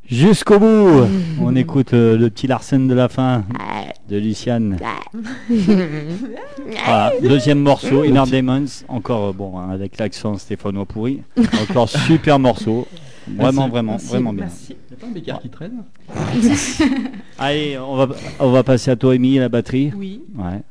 A: Jusqu'au bout On écoute euh, le petit Larsen de la fin de Luciane. Voilà, deuxième morceau,
B: Mm.
A: Inner Demons. Encore, euh, bon, hein, avec l'accent stéphanois pourri. Encore super morceau. Vraiment,
C: Merci.
A: vraiment, vraiment bien.
B: Merci.
C: Y'a pas un bécard qui traîne
A: Allez, on va, on va passer à toi, Émilie, la batterie.
B: Oui.
A: Ouais.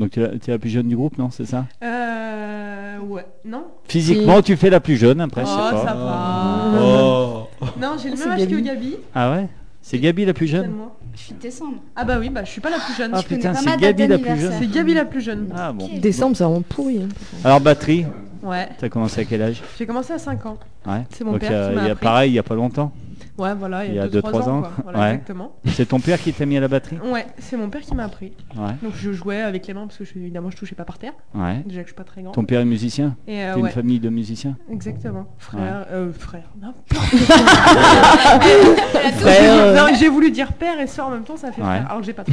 A: Donc, tu es la, t'es la plus jeune du groupe, non C'est ça
B: Euh, ouais. Non.
A: Physiquement, tu fais la plus jeune, après,
B: oh,
A: je sais pas.
B: ça va.
C: Oh
B: Non, j'ai le
D: Ah,
B: même
D: c'est
B: âge que
D: Gabi.
B: Gabi.
A: Ah ouais C'est Gabi la plus jeune
B: Donne-moi.
E: Je suis de décembre.
B: Ah bah oui, bah je suis pas la plus jeune.
A: Ah
E: Je connais
A: putain,
E: pas
A: c'est
E: ma date
A: Gabi la plus jeune.
E: d'anniversaire.
B: C'est Gabi la plus jeune.
A: Ah bon.
D: Décembre, c'est vraiment pourri. hein.
A: Alors, batterie,
B: Ouais.
A: t'as commencé à quel âge
B: J'ai commencé à 5 ans.
A: Ouais.
B: C'est mon
A: Donc,
B: père
A: euh,
B: qui m'a
A: il y a
B: appris.
A: pareil, il n'y a pas longtemps.
B: Ouais, voilà, il y a 2-3
A: deux, trois
B: ans.
A: ans.
B: quoi. Voilà,
A: Ouais.
B: exactement.
A: C'est ton père qui t'a mis à la batterie
B: Ouais, c'est mon père qui m'a appris.
A: Ouais.
B: Donc je jouais avec les mains parce que je, évidemment je touchais pas par terre.
A: Ouais.
B: Déjà que je suis pas très grande.
A: Ton père est musicien
B: Et euh,
A: T'es
B: ouais,
A: une famille de musiciens
B: exactement. Frère, euh, frère. Non,
D: Frère, euh,
B: non, j'ai voulu dire père et soeur en même temps, ça fait
A: Ouais.
B: frère. Alors que j'ai pas de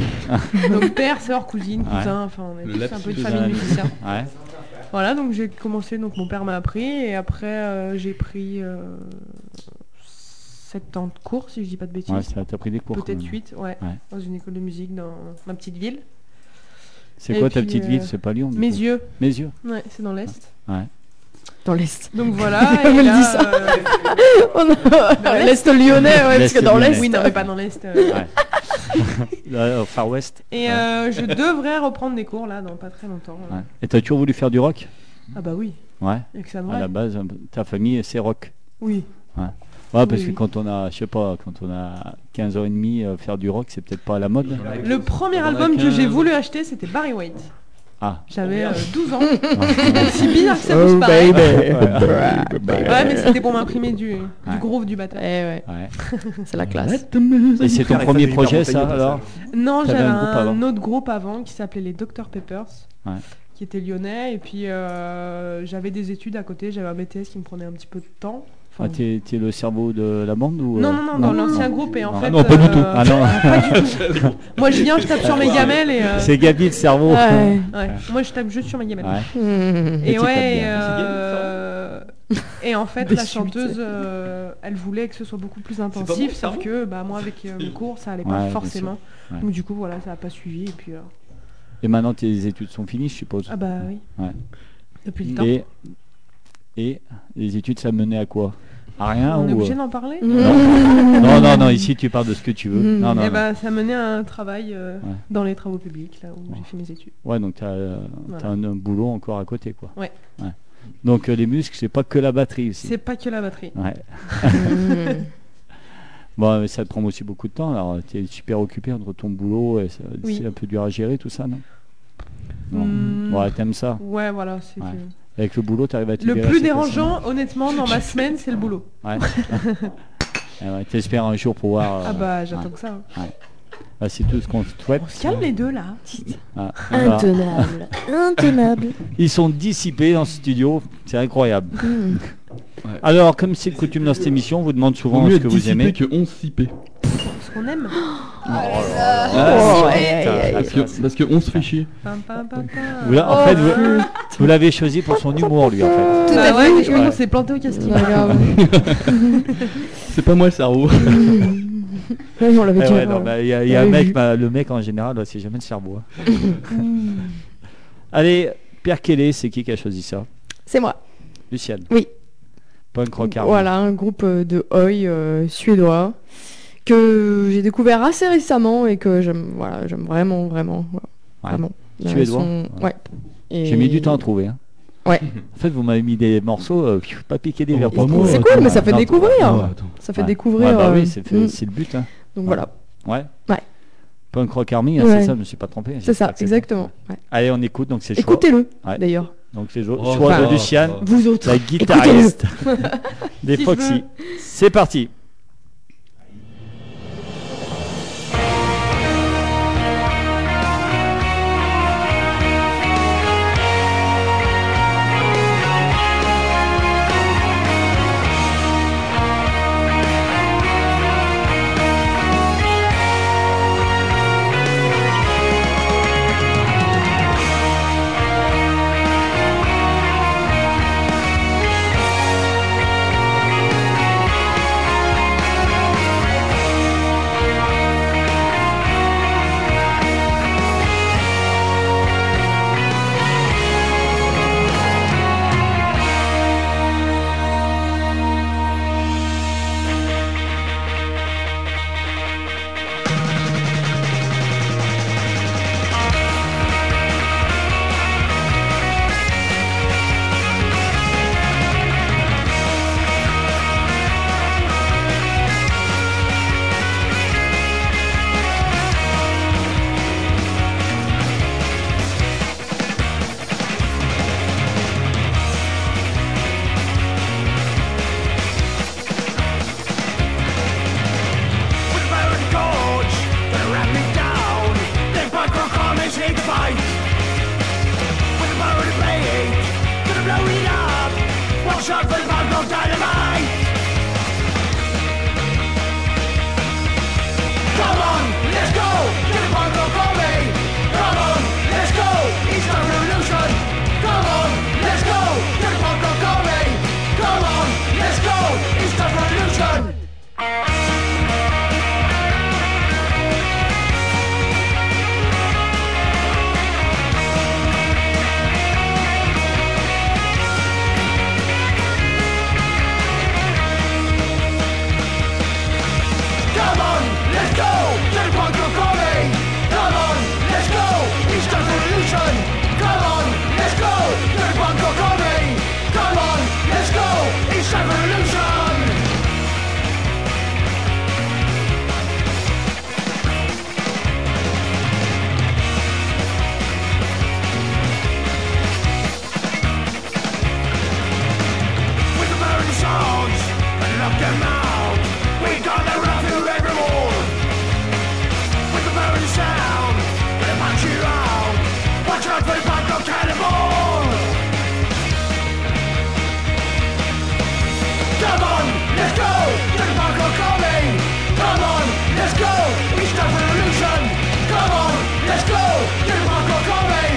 B: frère. Donc père, soeur, cousine,
A: Ouais.
B: cousin, enfin on est
C: Le
B: tous un
C: lapsus
B: peu une
C: de
B: famille de
A: Zane.
B: musiciens.
A: Ouais.
B: Voilà, donc j'ai commencé, donc mon père m'a appris, et après euh, j'ai pris 7 ans de cours, si je dis pas de bêtises.
A: Ouais, ça- t'as pris des cours. quand
B: Peut-être
A: même.
B: 8, ouais,
A: Ouais.
B: dans une école de musique dans ma petite ville.
A: C'est
B: Et
A: quoi ta
B: puis,
A: petite
B: euh,
A: ville C'est pas Lyon du
B: Mes
A: coup
B: yeux,
A: Mes yeux.
B: ouais, c'est dans l'Est.
D: Dans l'Est.
A: Ah.
B: Donc voilà,
D: Elle
B: et
D: me
B: là,
D: dit ça.
B: euh,
D: On a-
B: l'Est.
D: L'Est lyonnais,
A: L'Est
D: ouais, parce que dans
A: lyonnais.
D: l'Est.
B: oui, non, mais pas dans l'Est. euh.
A: Ouais. Là, au Far West.
B: Et euh, je devrais reprendre des cours, là, dans pas très longtemps.
A: Ouais. Et t'as toujours voulu faire du rock
B: Ah bah oui,
A: Ouais.
B: et que ça me
A: À la
B: reste.
A: base, ta famille, c'est rock.
B: Oui,
A: Ouais, parce
B: Oui,
A: que
B: oui.
A: quand on a, je sais pas, quand on a 15 ans et demi, euh, faire du rock, c'est peut-être pas à la mode.
B: le premier
C: On en a
B: album
A: euh,
B: que j'ai
C: 15.
B: voulu acheter, c'était Barry White.
A: Ah.
B: J'avais euh,
C: Merde.
B: 12 ans. C'est bizarre que ça puisse
D: Oh,
B: paraître. Ouais, mais
D: baby. Eh
B: c'était pour m'imprimer du, du
A: Ouais.
B: groove du bataille.
D: ouais,
A: Ouais.
D: c'est la classe.
A: Et c'est ton
G: Frère, il
A: premier
G: fallait
A: projet,
G: lui faire
A: ça
G: montagne au
A: alors
B: Non,
A: T'avais
B: j'avais
A: un groupe
B: un,
A: avant.
B: autre groupe avant qui s'appelait les Dr Peppers,
A: Ouais.
B: qui était lyonnais. Et puis euh, j'avais des études à côté, j'avais un BTS qui me prenait un petit peu de temps. Enfin,
A: Ah, t'es t'es le cerveau de la bande ou
B: non,
A: euh,
B: non, non, dans l'ancien groupe. Et en
A: Non.
B: fait,
A: Ah
B: euh,
A: non, pas du tout. Ah non.
B: pas du tout. Moi, je viens, je tape sur mes gamelles et. euh,
A: C'est Gabi le cerveau.
D: Ouais.
B: ouais, Moi, je tape juste sur mes gamelles.
A: Ouais.
D: Hmm.
A: Et
B: Et
A: tu tapes
B: ouais, et,
A: bien.
B: euh,
C: hein
B: et en fait,
D: Des
B: la
D: suites.
B: chanteuse, euh, elle voulait que ce soit beaucoup plus
C: C'est pas
B: intensif,
C: bon,
B: sauf
C: pardon
B: que bah, moi, avec euh, mes cours, ça allait
A: Ouais,
B: pas
A: bien
B: forcément.
A: sûr. Ouais.
B: Donc du coup, voilà, ça a pas suivi. Et puis, euh,
A: Et maintenant, tes études sont finies, je suppose.
B: ah bah oui,
A: Ouais.
B: depuis le temps.
A: et, et les études, ça menait à quoi À rien
B: On est
A: ou... euh,
B: obligé d'en parler
A: non. non, non, non, ici, tu parles de ce que tu veux.
D: Mm.
A: Non, non,
B: Eh
A: non.
B: ben, ça menait à un travail euh,
A: Ouais.
B: dans les travaux publics, là où
A: Ouais.
B: j'ai fait mes études.
A: Ouais, donc tu as,
B: Voilà.
A: un, un boulot encore à côté, quoi.
B: Ouais.
A: Donc euh, les muscles, c'est pas que la batterie aussi.
B: C'est pas que la batterie.
A: Ouais.
D: Hmm.
A: Bon, mais ça te prend aussi beaucoup de temps. Alors, tu es super occupé entre ton boulot et ça-
B: Oui.
A: c'est un peu dur à gérer, tout ça, non Non.
B: Hmm.
A: Ouais, t'aimes ça.
B: Ouais, voilà, c'est
A: Ouais.
B: que-
A: Avec le boulot, t'arrives à te
B: Le
A: libérer
B: plus
A: assez facilement.
B: dérangeant, honnêtement, dans ma semaine, c'est le boulot.
A: Ouais. Eh ouais, T'espères un jour pouvoir. euh,
B: Ah bah, j'attends que ça. hein.
A: bah, c'est tout ce qu'on te souhaite.
B: On se calme les deux, là.
A: Ah, voilà.
D: Intenable. Intenable.
A: Ils sont dissipés dans ce studio, c'est incroyable.
B: Ah,
D: Hmm.
B: hum,
A: Alors, comme c'est le coutume dans cette émission, on vous demande
C: Vaut
A: souvent
C: mieux
A: ce
C: être
A: que vous aimez.
C: dissipé que 11 sipés.
B: Parce qu'on aime.
C: Oh,
A: Ah,
D: Oh,
A: c'est-
D: aïe, aïe,
A: putain,
D: aïe.
A: ah,
C: Parce que, parce que 11 fait chier.
B: Pam, pam, pam, pam.
A: Vous,
C: Oh,
A: la- en fait, vous, vous l'avez choisi pour son humour, lui, en fait.
B: Bah
D: Oh, à
B: ouais,
D: fait,
B: parce que
A: ouais.
B: nous, on s'est planté au casting.
D: Pas grave.
C: C'est pas moi le cerveau.
D: Ouais, on l'avait
A: Eh
D: dit
A: ouais,
D: avant.
A: non, bah, Il y a, il y a
D: Ah
A: un
D: oui,
A: mec,
D: oui.
A: bah, le mec en général, ouais, c'est jamais le cerveau. hein. Allez, Pierre Kelly, c'est qui qui a choisi ça
D: C'est moi.
A: Luciane.
D: Oui.
A: Punk rock hard.
D: Voilà, un groupe euh, de oi euh, suédois que j'ai découvert assez récemment et que j'aime voilà, j'aime vraiment, vraiment. voilà,
A: Ouais.
D: Vraiment. Ils
A: Suédois,
D: sont-
A: ouais.
D: Ouais. Et-
A: J'ai mis du temps à trouver. hein.
D: Ouais.
A: En fait, vous m'avez mis des morceaux, euh, pfiou, pas piqué des vers
D: et- C'est cool, mais ça fait découvrir.
C: Oh, attends.
D: Ça fait
A: Ouais.
D: découvrir.
A: Ouais, bah
D: euh,
A: oui, c'est
D: mm.
A: c'est le but. hein.
D: Donc voilà,
A: Ouais.
D: Ouais.
A: Punk Rock Army, hein,
D: Ouais.
A: c'est ça, je me suis pas trompé.
D: c'est ça,
A: j'espère que
D: exactement. Ouais.
A: Allez, on écoute, donc c'est chaud.
D: Écoutez-le,
A: Ouais.
D: d'ailleurs.
A: Donc les autres
C: Oh,
A: choix
C: ça
A: de
C: va,
A: Luciane,
C: ça va.
D: Vous autres. Ah
A: la guitariste des
B: Si je
A: Foxy.
B: veux.
A: C'est parti.
F: Thank
H: calling. Come on, let's go. It's the revolution. Come on, let's go. Give Marco calling.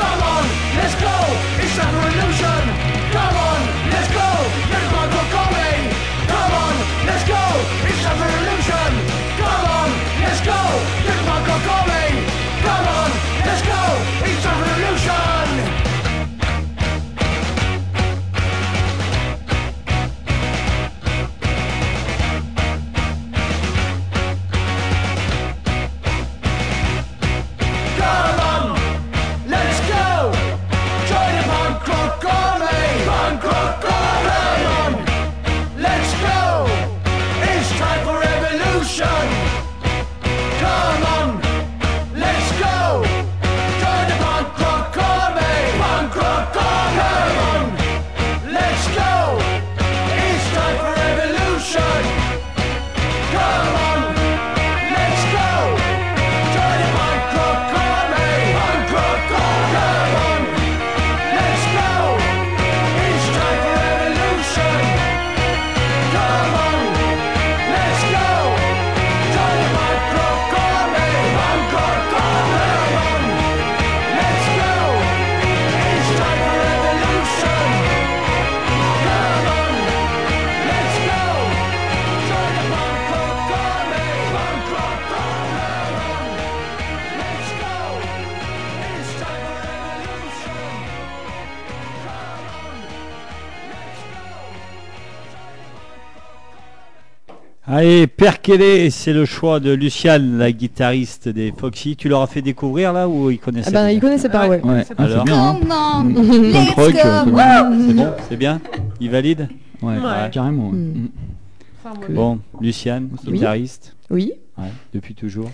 H: Come on, let's go. It's the revolution. Come on, let's go. Give Marco calling. Come on, let's go. It's the revolution. Come on, let's go. Give Marco calling. Come on, let's go. It's the revolution. Come on, let's go. Join the Bangkok Army. Bangkok Army. Come on, let's go. It's time for revolution. Come on, let's go. Join the Bangkok Army. Bangkok Army. Come on, let's go. It's time for revolution. Come on, let's go.
A: Allez, Perkele, c'est le choix de Luciane, la guitariste des Foxy. Tu leur as fait découvrir là ou ils connaissaient
D: Ah ben,
A: déjà
D: il connaissait pas, ouais.
C: Ouais, ah,
A: Alors.
C: c'est bien. Hein.
F: Come on,
C: Mm.
F: let's
C: Punk rock, euh,
F: go.
B: Ah,
A: C'est bon, c'est bien Ils valident Ah,
C: Ouais,
B: Ouais.
C: carrément. ouais.
D: Mm.
B: Enfin, moi,
D: Que-
A: Bon, Luciane,
D: Oui.
A: guitariste,
D: Oui.
A: ouais, depuis toujours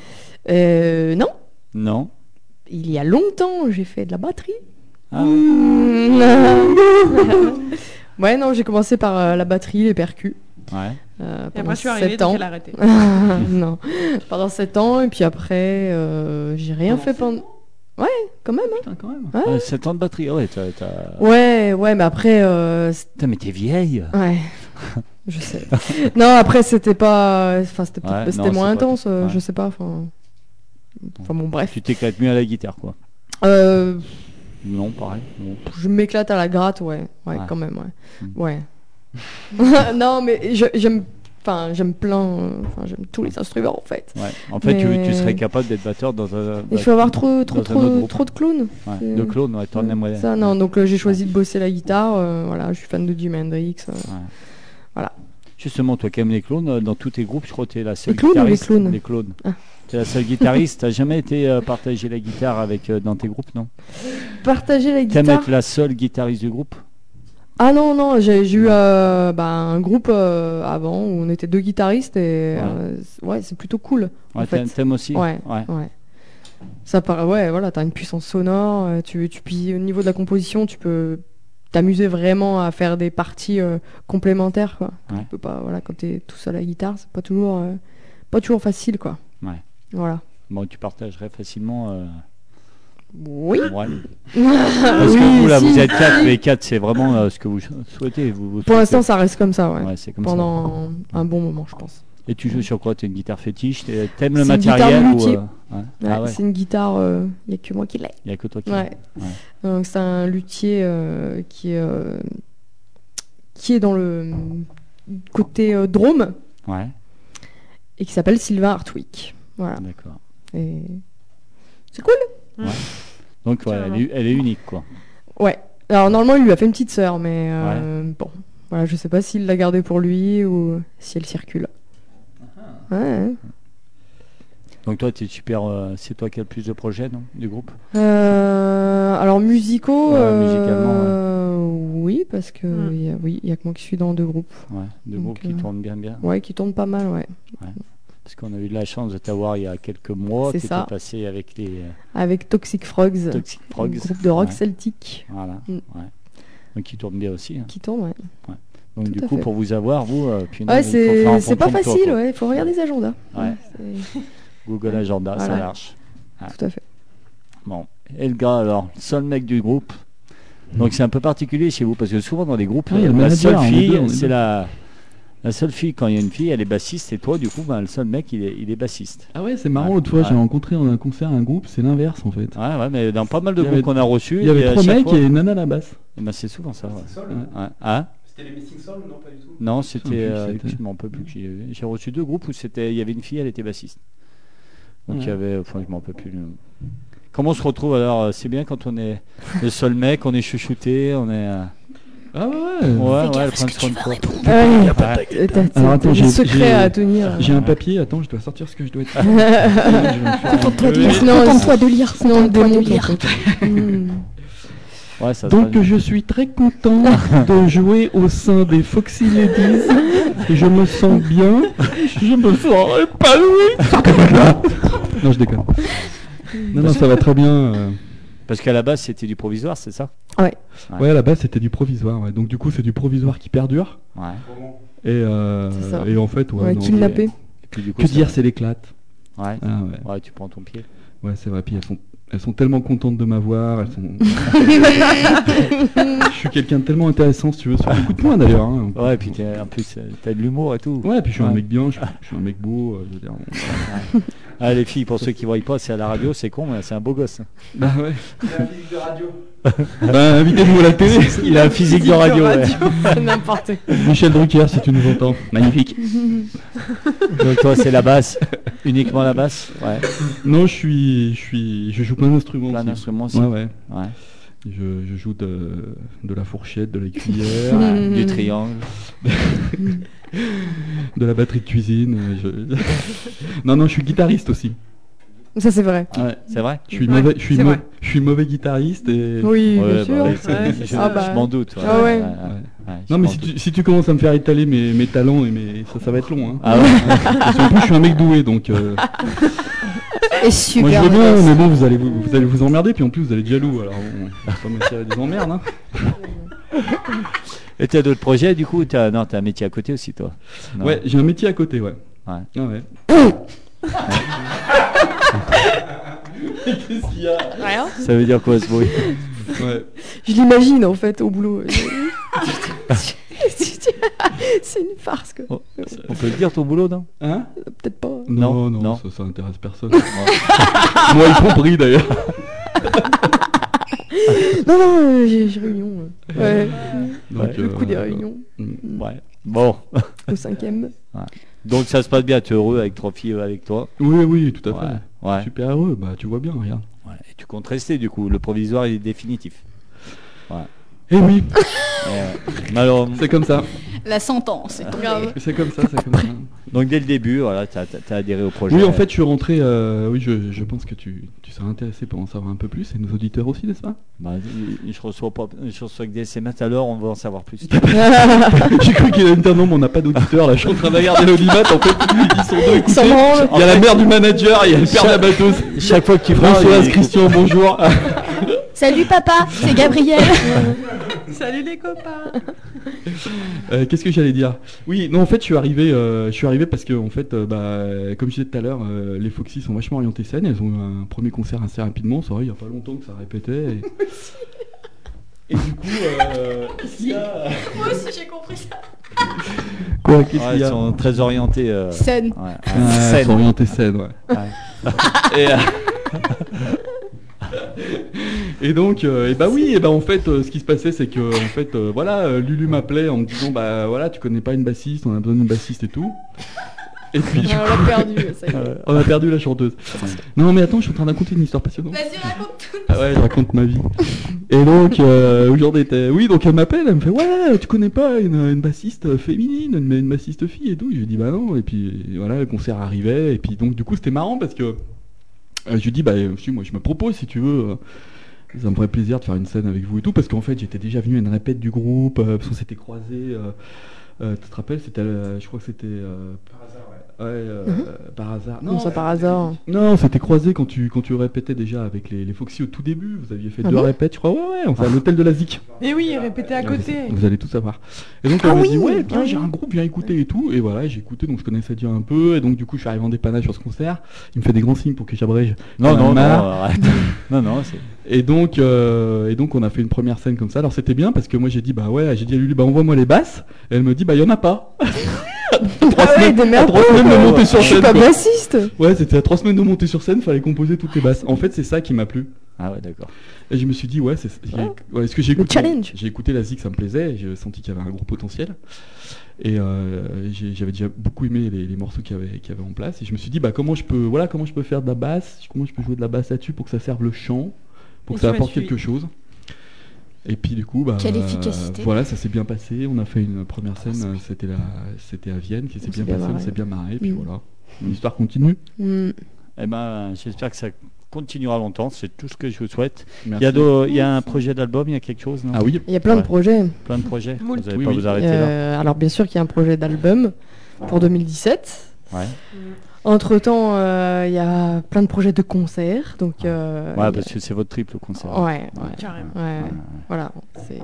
D: Euh, non,
A: Non
D: il y a longtemps, j'ai fait de la batterie.
A: Ah ouais.
D: ouais, non, j'ai commencé par euh, la batterie, les percus.
A: Ouais.
D: euh,
B: Et
D: pendant
B: après, je suis arrivée,
D: sept
B: donc
D: ans.
B: elle a arrêté.
D: non, pendant 7 ans, et puis après, euh, j'ai rien
C: Pendant
D: fait
C: sept
D: pendant. Ouais, quand même. hein.
C: hein. Putain, quand même.
A: Ah, 7 ans de batterie, ouais, t'as- t'as-
D: Ouais, ouais, mais après, euh, c'est-
A: Putain, mais t'es vieille
D: ouais. Je sais. Non, après c'était pas, enfin c'était peut-être-
A: Ouais, non,
D: c'était moins
A: c'est pas-
D: intense, euh,
A: ouais.
D: je sais pas, enfin, enfin bon bref.
A: Tu t'éclates mieux à la guitare, quoi.
D: Euh,
A: Non, pareil. Bon.
D: je m'éclate à la gratte, ouais, ouais,
A: Ouais.
D: quand même, ouais.
A: Mm.
D: Ouais. non, mais je- j'aime, enfin, j'aime plein, euh, enfin, j'aime tous les instruments en fait.
A: Ouais. En fait, tu-
D: Mais-
A: tu, serais capable d'être batteur dans un.
D: Il faut avoir trop, trop,
A: Dans un autre
D: trop,
A: groupe.
D: trop de clowns.
A: Ouais,
D: c'est-
A: De clone, ouais, t'en
D: Ouais,
A: as moyen.
D: Ça, non, donc euh, j'ai choisi de bosser la guitare, euh, voilà, je suis fan de Jimi Hendrix. euh.
A: Justement, toi qui aimes les clones, euh, dans tous tes groupes, je crois que t'es la seule
D: Les clones ou les
A: guitariste.
D: clones
A: les clones.
D: Ah.
A: T'es la seule guitariste. T'as jamais été euh, partagé la guitare avec euh, dans tes groupes, non
D: Partager la
A: T'aimes
D: guitare
A: être la seule guitariste du groupe
D: Ah non, non, j'ai j'ai eu euh, bah, un groupe euh, avant où on était deux guitaristes et euh, c'est- ouais, c'est plutôt cool. En
A: Ouais,
D: fait.
A: t'aimes- T'aimes aussi
D: Ouais. Ouais. Ça paraît, ouais, voilà, t'as une puissance sonore, euh, tu, tu, puis au niveau de la composition, tu peux t'amuser vraiment à faire des parties euh, complémentaires, quoi. Que
A: Ouais.
D: Tu peux pas, voilà, quand t'es tout seul à la guitare, c'est pas toujours, euh, pas toujours facile, quoi.
A: Ouais.
D: Voilà.
A: Bon, tu partagerais facilement. euh,
D: Oui.
A: ouais. Parce que vous, là, vous êtes quatre, mais quatre, c'est vraiment euh, ce que vous souhaitez. Vous, vous
D: Pour
A: souhaitez-
D: l'instant, ça reste comme ça, ouais.
A: Ouais, c'est comme ça.
D: Pendant un bon moment, je pense.
A: Et tu joues sur quoi T'as une guitare fétiche T'es- T'aimes le
D: C'est une guitare
A: matériel ou
D: multi.
A: euh, ouais.
D: Ouais,
A: Ah ouais,
D: C'est une guitare, il n'y a que moi qui l'ai.
A: il n'y a que toi qui.
D: Ouais.
A: Ouais.
D: Donc c'est un luthier euh, qui est euh, qui est dans le côté euh, Drôme
A: Ouais,
D: et qui s'appelle Sylvain Hartwick. Voilà.
A: d'accord.
D: Et c'est cool.
A: Donc ouais, elle,
B: Carrément.
A: est, elle est unique quoi.
D: Ouais. Alors normalement il lui a fait une petite sœur, mais euh, bon, voilà, je sais pas s'il l'a gardée pour lui ou si elle circule.
A: Ah.
D: Ouais.
A: Donc toi, t'es super. euh, c'est toi qui as le plus de projets, non, du groupe
D: Euh, alors musicaux.
A: Ouais,
D: euh,
A: musicalement,
D: Oui, parce que
B: Hmm.
D: il y a- oui, il y a que moi qui suis dans deux groupes.
A: Ouais, de
D: Donc,
A: groupes qui
D: euh,
A: tournent bien, bien.
D: Ouais, qui tournent pas mal, ouais.
A: Parce qu'on a eu de la chance de t'avoir il y a quelques mois.
D: C'est
A: T'étais
D: ça.
A: passé avec les euh,
D: Avec Toxic Frogs,
A: Toxic
D: un
A: Frogs.
D: groupe de rock
A: Ouais,
D: celtique
A: Voilà.
D: Mm.
A: Ouais. Donc qui tournent bien aussi. hein.
D: qui tourne, ouais.
A: Donc
D: Tout
A: du
D: à
A: coup,
D: fait.
A: pour vous avoir, vous, euh, punaise,
D: Ouais,
A: il faut faire un
D: c'est c'est pas
A: pom-pom tour,
D: facile,
A: quoi.
D: ouais. Il faut regarder les agendas.
A: Ouais.
D: c'est-
A: Google Agenda, ça
D: Voilà.
A: marche. Ah.
D: tout à fait.
A: Bon, et le gars alors, seul mec du groupe. Donc c'est un peu particulier chez vous parce que souvent dans les groupes,
C: Hmm. Ah, il y a
A: euh,
C: le
A: la
C: manager,
A: seule
C: on est deux, on
A: fille,
C: est
A: c'est
C: deux.
A: la, la La seule fille, quand il y a une fille, elle est bassiste, et toi, du coup, ben, le seul mec, il est, il est bassiste.
C: Ah ouais, c'est marrant,
A: Ouais.
C: l'autre fois, j'ai
A: Ouais.
C: rencontré dans un concert un groupe, c'est l'inverse en fait.
A: Ouais, ouais, mais dans pas mal de
C: Il y
A: groupes
C: avait-
A: qu'on a reçus,
C: Il y
A: et à
C: avait trois
A: chaque
C: mecs
A: fois-
C: et une nana à la basse.
A: Eh ben, c'est souvent ça. ouais.
G: Soul
A: Ouais. Hein
G: C'était les Missing Soul Non, pas du tout.
A: Non,
C: Je sais
A: c'était.
C: plus,
A: euh,
C: c'était-
A: je m'en peux plus. que J'ai j'ai reçu deux groupes où c'était. Il y avait une fille, elle était bassiste. Donc il y
C: Ouais.
A: avait. euh, Enfin, je m'en peux plus. le- Comment on se retrouve alors euh, C'est bien quand on est le seul mec, on est chouchouté, on est. euh,
C: Ah ouais, ouais.
A: Ouais, ouais, le prince Ron Paul.
D: Ouais,
A: Ouais.
D: t'as- Ah Euh, t'as-
C: Alors,
D: t'as
C: attends,
D: des
C: j'ai-
D: secrets
C: j'ai-
D: à tenir.
C: J'ai un papier, attends, je dois sortir ce que je dois être.
E: Contente-toi de
D: Oui.
E: lire.
D: Non,
E: Contente-toi de lire.
D: Sinon, on le
E: contente-toi de
D: démonte.
E: lire.
D: en fait. Hmm.
A: Ouais, ça se
C: Donc
A: passe.
C: je suis très content de jouer au sein des Foxy Ladies. Je me sens bien. Je me sens épanoui. non, je déconne. Non, non, ça va très bien. euh.
A: Parce qu'à la base, c'était du provisoire, c'est ça
C: Ouais, là-bas, c'était du provisoire. ouais. Donc du coup, c'est du provisoire qui perdure.
A: Ouais.
C: Et, euh,
D: C'est ça.
C: et en fait, ouais,
D: Ouais,
C: non,
D: kidnappé.
A: Et puis, du coup,
C: Que
A: ça-
C: dire, c'est l'éclate.
A: Ouais.
C: Ah, ouais,
A: Ouais, tu prends ton pied.
C: ouais c'est vrai. Puis elles sont, elles sont tellement contentes de m'avoir. Elles sont... je suis quelqu'un de tellement intéressant, si tu veux, sur beaucoup de points d'ailleurs. hein.
A: Ouais, et puis t'es- en plus, euh, t'as de l'humour et tout.
C: Ouais, puis je suis
A: Ouais.
C: un mec bien, je, je suis un mec beau. euh, je veux dire, on-
A: Ah, les filles, pour ceux qui voient pas, c'est à la radio, c'est con, mais c'est un beau gosse.
C: Bah ouais.
G: La physique de radio.
C: Bah invitez-nous à la télé.
A: Il a un physique de radio. ouais.
D: N'importe quoi.
C: Michel Drucker si tu nous entends. Magnifique.
A: Donc toi, c'est la basse, uniquement la basse. Ouais.
C: Non, je suis, je suis, je joue plein d'instruments.
A: Plein
C: aussi.
A: d'instruments. aussi.
C: Ouais ouais.
A: Ouais.
C: Je, je joue de, de la fourchette, de la cuillère,
A: Ouais, Ah, Du triangle.
C: de la batterie de cuisine. euh, je- non non, je suis guitariste aussi.
D: Ça, c'est vrai.
A: Ouais, c'est vrai
C: Je suis
B: Ouais,
C: mauvais, je suis,
B: c'est
C: mau-
B: vrai.
C: je suis mauvais guitariste et.
D: Oui,
A: Ouais,
D: bien
A: bah
D: sûr.
A: ouais, c'est-
B: Ouais,
A: je
B: c'est
A: je
B: ça.
D: Ah bah.
A: m'en doute. ouais,
D: Ah ouais.
A: ouais, je
C: Non mais
A: m'en
C: si
A: doute.
C: tu, si tu commences à me faire étaler mes, mes talents et mes ça, ça va être long hein.
A: Ah ouais.
C: Parce qu'en plus je suis un mec doué donc euh,
E: Et
C: moi je
E: super.
C: veux bien
E: Rose.
C: mais bon vous allez vous, vous allez vous emmerder puis en plus vous allez être jaloux alors bon, faut pas me tirer des emmerdes hein.
A: Et t'as d'autres projets du coup t'as... Non, t'as un métier à côté aussi toi. Non.
C: Ouais, j'ai un métier à côté, ouais.
A: Ouais.
C: Ah ouais. Qu'est-ce qu'il y a
D: Rien.
A: Ça veut dire quoi ce bruit
C: Ouais.
D: Je l'imagine, en fait, au boulot. c'est une farce, quoi.
A: Oh, On peut le dire ton boulot, non
C: Hein
D: Peut-être pas.
A: Non,
C: non, non,
A: non.
C: Ça, ça intéresse personne. Moi y compris d'ailleurs.
D: Non, non, euh, j'ai j'ai réunion. euh. Ouais.
C: Donc,
D: Le coup
C: euh, mm.
D: des réunions.
A: Ouais. Bon.
D: Au cinquième.
A: Donc ça se passe bien, tu es heureux avec trois filles euh, avec toi.
C: Oui, oui, tout à fait.
A: Ouais. Ouais.
C: Super heureux, bah tu vois bien, regarde.
A: Ouais. Et tu comptes rester du coup, le provisoire il est définitif.
C: Eh oui,
A: Ouais, ouais. Mais alors,
C: c'est comme ça.
E: La sentence.
A: Ah,
E: est tombée.
C: C'est comme ça, c'est comme ça.
A: donc dès le début, voilà, t'as, t'as- t'as adhéré au projet.
C: Oui, en fait, je suis rentré. euh, oui, je, je pense que tu, tu seras intéressé pour en savoir un peu plus, et nos auditeurs aussi, n'est-ce pas
A: Bah, je- je reçois pas, je reçois que des SMS à l'heure, on va en savoir plus.
C: J'ai cru qu'il allait me dire non, mais on n'a pas d'auditeur là. Je suis en train de regarder l'audimat. En fait, ils sont deux.
D: Ils s'en
C: Écoutez,
D: branlent.
C: il y a la mère du manager et il y a le père de la batteuse.
A: Chaque fois que tu parles,
C: Françoise,
A: il-
C: Christian, bonjour.
E: Salut papa, c'est Gabriel.
B: Ah, Salut les copains
C: Euh, Qu'est-ce que j'allais dire Oui, non, en fait, je suis arrivé, euh, je suis arrivé parce que, en fait, euh, bah, comme je disais tout à l'heure, euh, les Foxy sont vachement orientées scène. Elles ont eu un premier concert assez rapidement. C'est vrai, il n'y a pas longtemps que ça répétait. Et, Et du coup, euh, qu'est-ce qu'il y a
E: Moi aussi j'ai compris ça.
C: Quoi, qu'est-ce
A: Ouais,
C: qu'il y
A: ils
C: a
A: sont très orientés. euh,
E: Scène.
A: ouais, ouais.
C: Ah, elles sont orientées scène, ouais. et, euh, et donc, euh, et bah oui, et bah en fait, euh, ce qui se passait, c'est que, en fait, euh, voilà, euh, Lulu m'appelait en me disant, bah voilà, tu connais pas une bassiste, on a besoin d'une bassiste et tout. Et puis, du
D: Ah,
C: coup, Euh,
D: on l'a perdu, ça y est.
C: on a perdu la chanteuse. Non, mais attends, je suis en train de raconter une histoire passionnante.
E: Vas-y raconte tout.
C: Ah ouais, je raconte ma vie. Et donc, euh, aujourd'hui, était... oui, donc elle m'appelle, elle me fait Ouais, tu connais pas une, une bassiste féminine, une, une bassiste fille et tout. Je lui dis Bah non, et puis voilà, le concert arrivait. Et puis donc, du coup, c'était marrant parce que euh, je lui dis Bah, euh, si, moi, je me propose si tu veux. euh, ça me ferait plaisir de faire une scène avec vous et tout, parce qu'en fait j'étais déjà venu à une répète du groupe, euh, parce qu'on s'était croisés, euh, euh, tu te rappelles, c'était, euh, je crois que c'était... par hasard, ouais. euh,
D: Mm-hmm.
C: par hasard.
D: Non, ça par hasard.
C: Non, on s'était croisé quand tu, quand tu répétais déjà avec les, les Foxy au tout début. Vous aviez fait
D: Ah
C: deux
D: bon
C: répètes, je crois. Ouais, ouais, on s'est à l'hôtel de la ZIC.
B: Et oui, répétez à côté
C: Vous allez tout savoir. Et
D: Ah
C: donc, on m'a dit, ouais, tiens, j'ai un groupe, viens écouter et tout. Et voilà, j'ai écouté, donc je connaissais déjà un peu. Et donc, du coup, je suis arrivé en dépannage sur ce concert. Il me fait des grands signes pour que j'abrège.
A: Non,
C: On a
A: non, non,
C: marre.
A: arrête. non, non, c'est-
C: Et donc, euh, et donc, on a fait une première scène comme ça. Alors, c'était bien parce que moi, j'ai dit, bah ouais, j'ai dit à Lulu, bah envoie-moi les basses. Et elle me dit, bah, il y en a pas. Trois
D: Ah ouais,
C: semaines-
D: des merdes.
C: trois semaines de montée sur
D: Je suis
C: scène.
D: pas
C: quoi.
D: bassiste.
C: Ouais, c'était à trois semaines de montée sur scène, fallait composer toutes les basses. En fait, c'est ça qui m'a plu.
A: Ah ouais, d'accord. Ah.
C: Et je me suis dit, ouais, c'est j'ai-
D: Ouais.
C: ouais, ce que j'ai
D: Le
C: écouté.
D: challenge.
C: J'ai écouté la zig, ça me plaisait, j'ai senti qu'il y avait un gros potentiel. Et euh, j'ai- j'avais déjà beaucoup aimé les, les morceaux qu'il y, avait, qu'il y avait en place. Et je me suis dit, bah, comment, je peux, voilà, comment je peux faire de la basse, comment je peux jouer de la basse là-dessus pour que ça serve le chant, pour que
B: Et
C: ça
B: tu
C: apporte
B: as suivi.
C: quelque chose. Et puis du coup, bah,
E: Quelle
C: euh,
E: efficacité.
C: voilà, ça s'est bien passé. On a fait une première scène, euh, c'était la- c'était à Vienne, qui s'est
D: On s'est
C: bien
D: bien
C: passé, on
D: marré.
C: s'est bien marré. Puis
D: Mm.
C: voilà, l'histoire continue.
D: Hmm.
A: Eh ben, j'espère que ça continuera longtemps. C'est tout ce que je vous souhaite. Il y, a
C: Merci.
A: d'au- il y a un projet d'album, il y a quelque chose, non
C: Ah oui,
D: Il y a plein
A: Ouais.
D: de projets.
A: Plein de projets. Vous
B: Moult.
A: n'allez
C: Oui,
A: pas
C: oui.
A: vous arrêter là.
D: Euh, alors bien sûr qu'il y a un projet d'album pour 2017.
A: Ouais.
D: Entre temps, euh, il y a plein de projets de concerts. Donc, euh,
A: Ouais,
D: il y a-
A: parce que c'est votre triple au concert.
D: ouais, ouais,
B: Carrément.
D: ouais, voilà. c'est-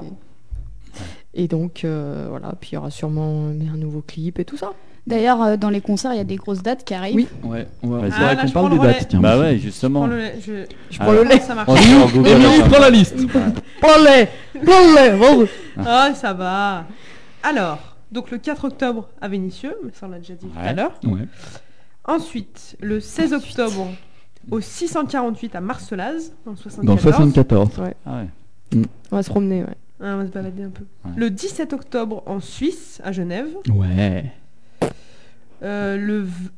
D: Et donc euh, voilà, puis il y aura sûrement un nouveau clip et tout ça.
E: D'ailleurs, euh, dans les concerts, il y a des grosses dates qui arrivent.
D: Oui.
C: ouais, on va
A: Vas-y.
C: faudrait
B: Ah, là,
C: qu'on
B: je prends
C: parle
B: le
C: des
B: relais.
C: dates. Tiens,
A: Bah
C: merci.
A: ouais, justement.
B: Prends le- je-
D: Je prends le lait.
B: Ça marche.
A: Ah On est sur Google.
C: Émilie,
A: attends.
C: prends la liste.
D: Prends le lait Prends le lait vas-y.
A: Ah.
B: Oh, ça va. Alors, donc le 4 octobre à Vénissieux, mais ça on l'a déjà dit tout
A: Ouais.
B: à l'heure.
C: Ouais.
B: Ensuite, le 16 octobre au 648 à Marcelaz, dans le 74.
C: Dans Mm. 74.
A: Ah ouais.
D: On va se promener, ouais.
B: Ah, on va se balader un peu.
A: Ouais.
B: Le 17 octobre en Suisse, à Genève.
C: Ouais.
B: Euh, le, v-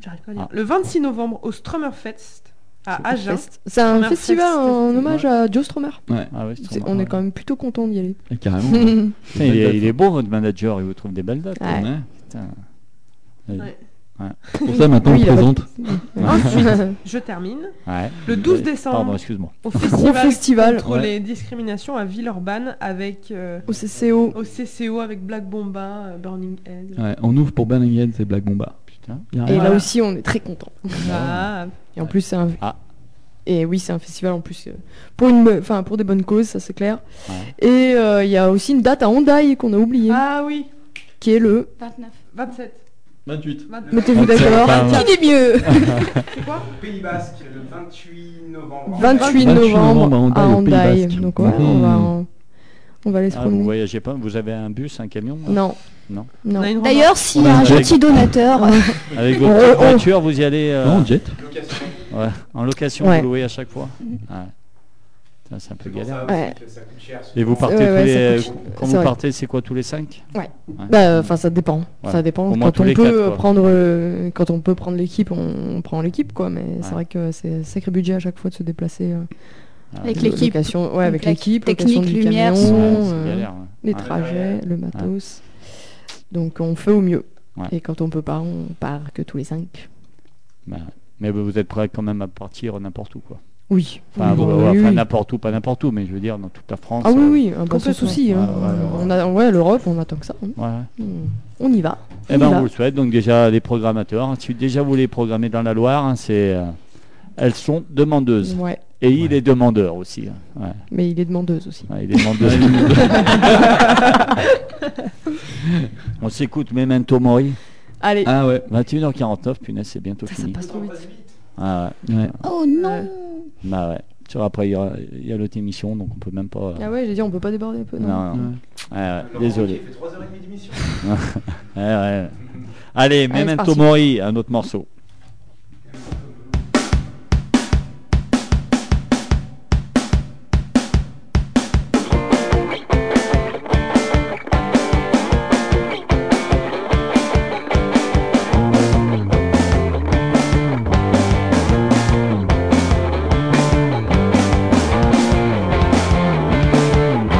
B: j'arrive pas à lire.
A: Ah.
B: Le 26 novembre au Strummerfest à Agen.
D: Fest- C'est un
B: Ah, Stromer
D: festival
B: Fest.
D: en hommage à Joe Stromer.
A: Ah ouais, c'est
D: C'est-
A: trop
D: On
A: marrant.
D: est quand même plutôt content d'y aller.
C: Et Carrément.
A: Putain, il, est, il est bon, votre manager. Il vous trouve des belles dates.
D: Ouais.
A: hein. Putain.
B: Ouais.
C: Pour ça, maintenant,
D: Oui,
C: on
D: il a pas-
C: présente.
B: Ensuite, je termine.
A: Ouais.
B: Le 12
A: Ouais.
B: décembre.
A: Pardon, excuse-moi.
B: Au
D: Gros
B: festival
D: festival
B: contre
A: Ouais.
B: les discriminations à Villeurbanne avec euh,
D: au CCO.
B: au CCO avec Black Bomba, euh, Burning Head.
C: Ouais, on ouvre pour Burning Head et Black Bomba.
A: Putain.
C: Y a
D: Et
C: rien.
D: là
B: Voilà.
D: aussi, on est très content.
B: Ah,
D: Et en plus, c'est un.
A: Ah.
D: Et oui, c'est un festival en plus euh, pour une, me- enfin pour des bonnes causes, ça c'est clair.
A: Ouais.
D: Et euh, il y a aussi une date à Hondaï qu'on a oubliée,
B: Ah oui,
D: qui est le.
E: 29.
B: 27.
C: 28.
B: 29.
D: Mettez-vous
A: Ah, c'est
D: d'accord.
A: pas mal.
D: Qui dit mieux
B: C'est quoi
G: Pays Basque, le 28 novembre.
D: 28
C: novembre,
D: novembre, à
C: à Hondaï, au Pays Basque.
D: Hondaï. Ah, Donc ouais, on va
C: Mhm.
D: en- on va aller se
A: Ah, vous
D: promener.
A: voyagez pas Vous avez un bus, un camion là
D: Non.
A: Non.
D: Non.
B: On a une remarque.
E: D'ailleurs, s'il y
A: On
E: a
A: a
E: un
A: déjà
E: gentil donateur,
A: Avec votre
D: Oh,
A: petite
D: oh.
A: voiture, vous y allez euh,
C: Non, jet.
G: Location.
A: ouais, en location,
D: Ouais.
A: vous louez à chaque fois. Ouais. Putain, C'est un peu
G: C'est pour ça
A: galère.
G: aussi
D: Ouais.
G: que ça coûte cher, souvent.
A: Et vous partez
D: Ouais,
A: tous
D: ouais,
A: les.
D: ça coûte-
A: Quand
D: c'est
A: vous
D: vrai.
A: partez, c'est quoi tous les 5
D: Bah, enfin, ça dépend.
A: Ouais.
D: Ça dépend.
A: Au moins
D: Quand
A: tous
D: on
A: les
D: peut
A: quatre,
D: euh,
A: quoi.
D: prendre, euh, quand on peut prendre l'équipe, on, on prend l'équipe, quoi. Mais c'est
A: Ouais.
D: vrai que c'est un sacré budget à chaque fois de se déplacer. euh,
E: avec
D: lo-
E: l'équipe.
D: location- ouais, avec
E: la
D: l'équipe,
E: technique,
D: location du
E: lumière,
D: camion,
E: son.
A: Ah, Ouais, c'est
D: euh,
A: galère, ouais.
D: les
A: Ouais.
D: trajets, le matos. Donc on fait au mieux.
A: Ouais.
D: Et quand on peut pas, on part que tous les cinq.
A: Bah, mais vous êtes prêt quand même à partir n'importe où, quoi.
D: Oui.
A: Enfin,
D: Oui,
A: vous-
D: bon,
A: enfin,
D: oui, oui.
A: n'importe où, pas n'importe où, mais je veux dire, dans toute la France.
D: Ah oui,
A: euh,
D: oui, un bon
B: Complètement.
D: souci. hein.
A: Ouais, ouais,
D: On a, ouais, l'Europe, on attend que ça. hein.
A: ouais.
D: On- On y va.
A: Eh
D: On
A: ben,
D: y
A: on
D: va.
A: vous le souhaite. Donc, déjà, les programmateurs, hein, si déjà vous voulez programmer dans la Loire, hein, c'est. euh, elles sont demandeuses.
D: Ouais.
A: Et il est demandeur aussi. hein. Ouais.
D: Mais il est demandeuse aussi.
A: Ouais, il est demandeuse. on s'écoute Memento Mori.
D: Allez,
C: Ah ouais.
A: 21h49, punaise, c'est bientôt
D: ça, ça
A: fini.
D: passe trop vite.
A: Ah ouais.
C: Ouais.
E: Oh non
A: Bah ouais. Tu vois, après, il y aura- il y a, l'autre émission, donc on peut même pas. euh,
D: Ah ouais, j'ai dit on peut pas déborder un peu. Non.
A: Non, non.
C: Ouais.
A: Ouais, ouais,
G: Laurent
A: désolé.
G: Ruquier fait 3h30 d'émission.
A: Ouais, ouais. Allez,
D: c'est
A: Memento
D: parti.
A: Mori, un autre morceau.
H: Thank
F: Oh,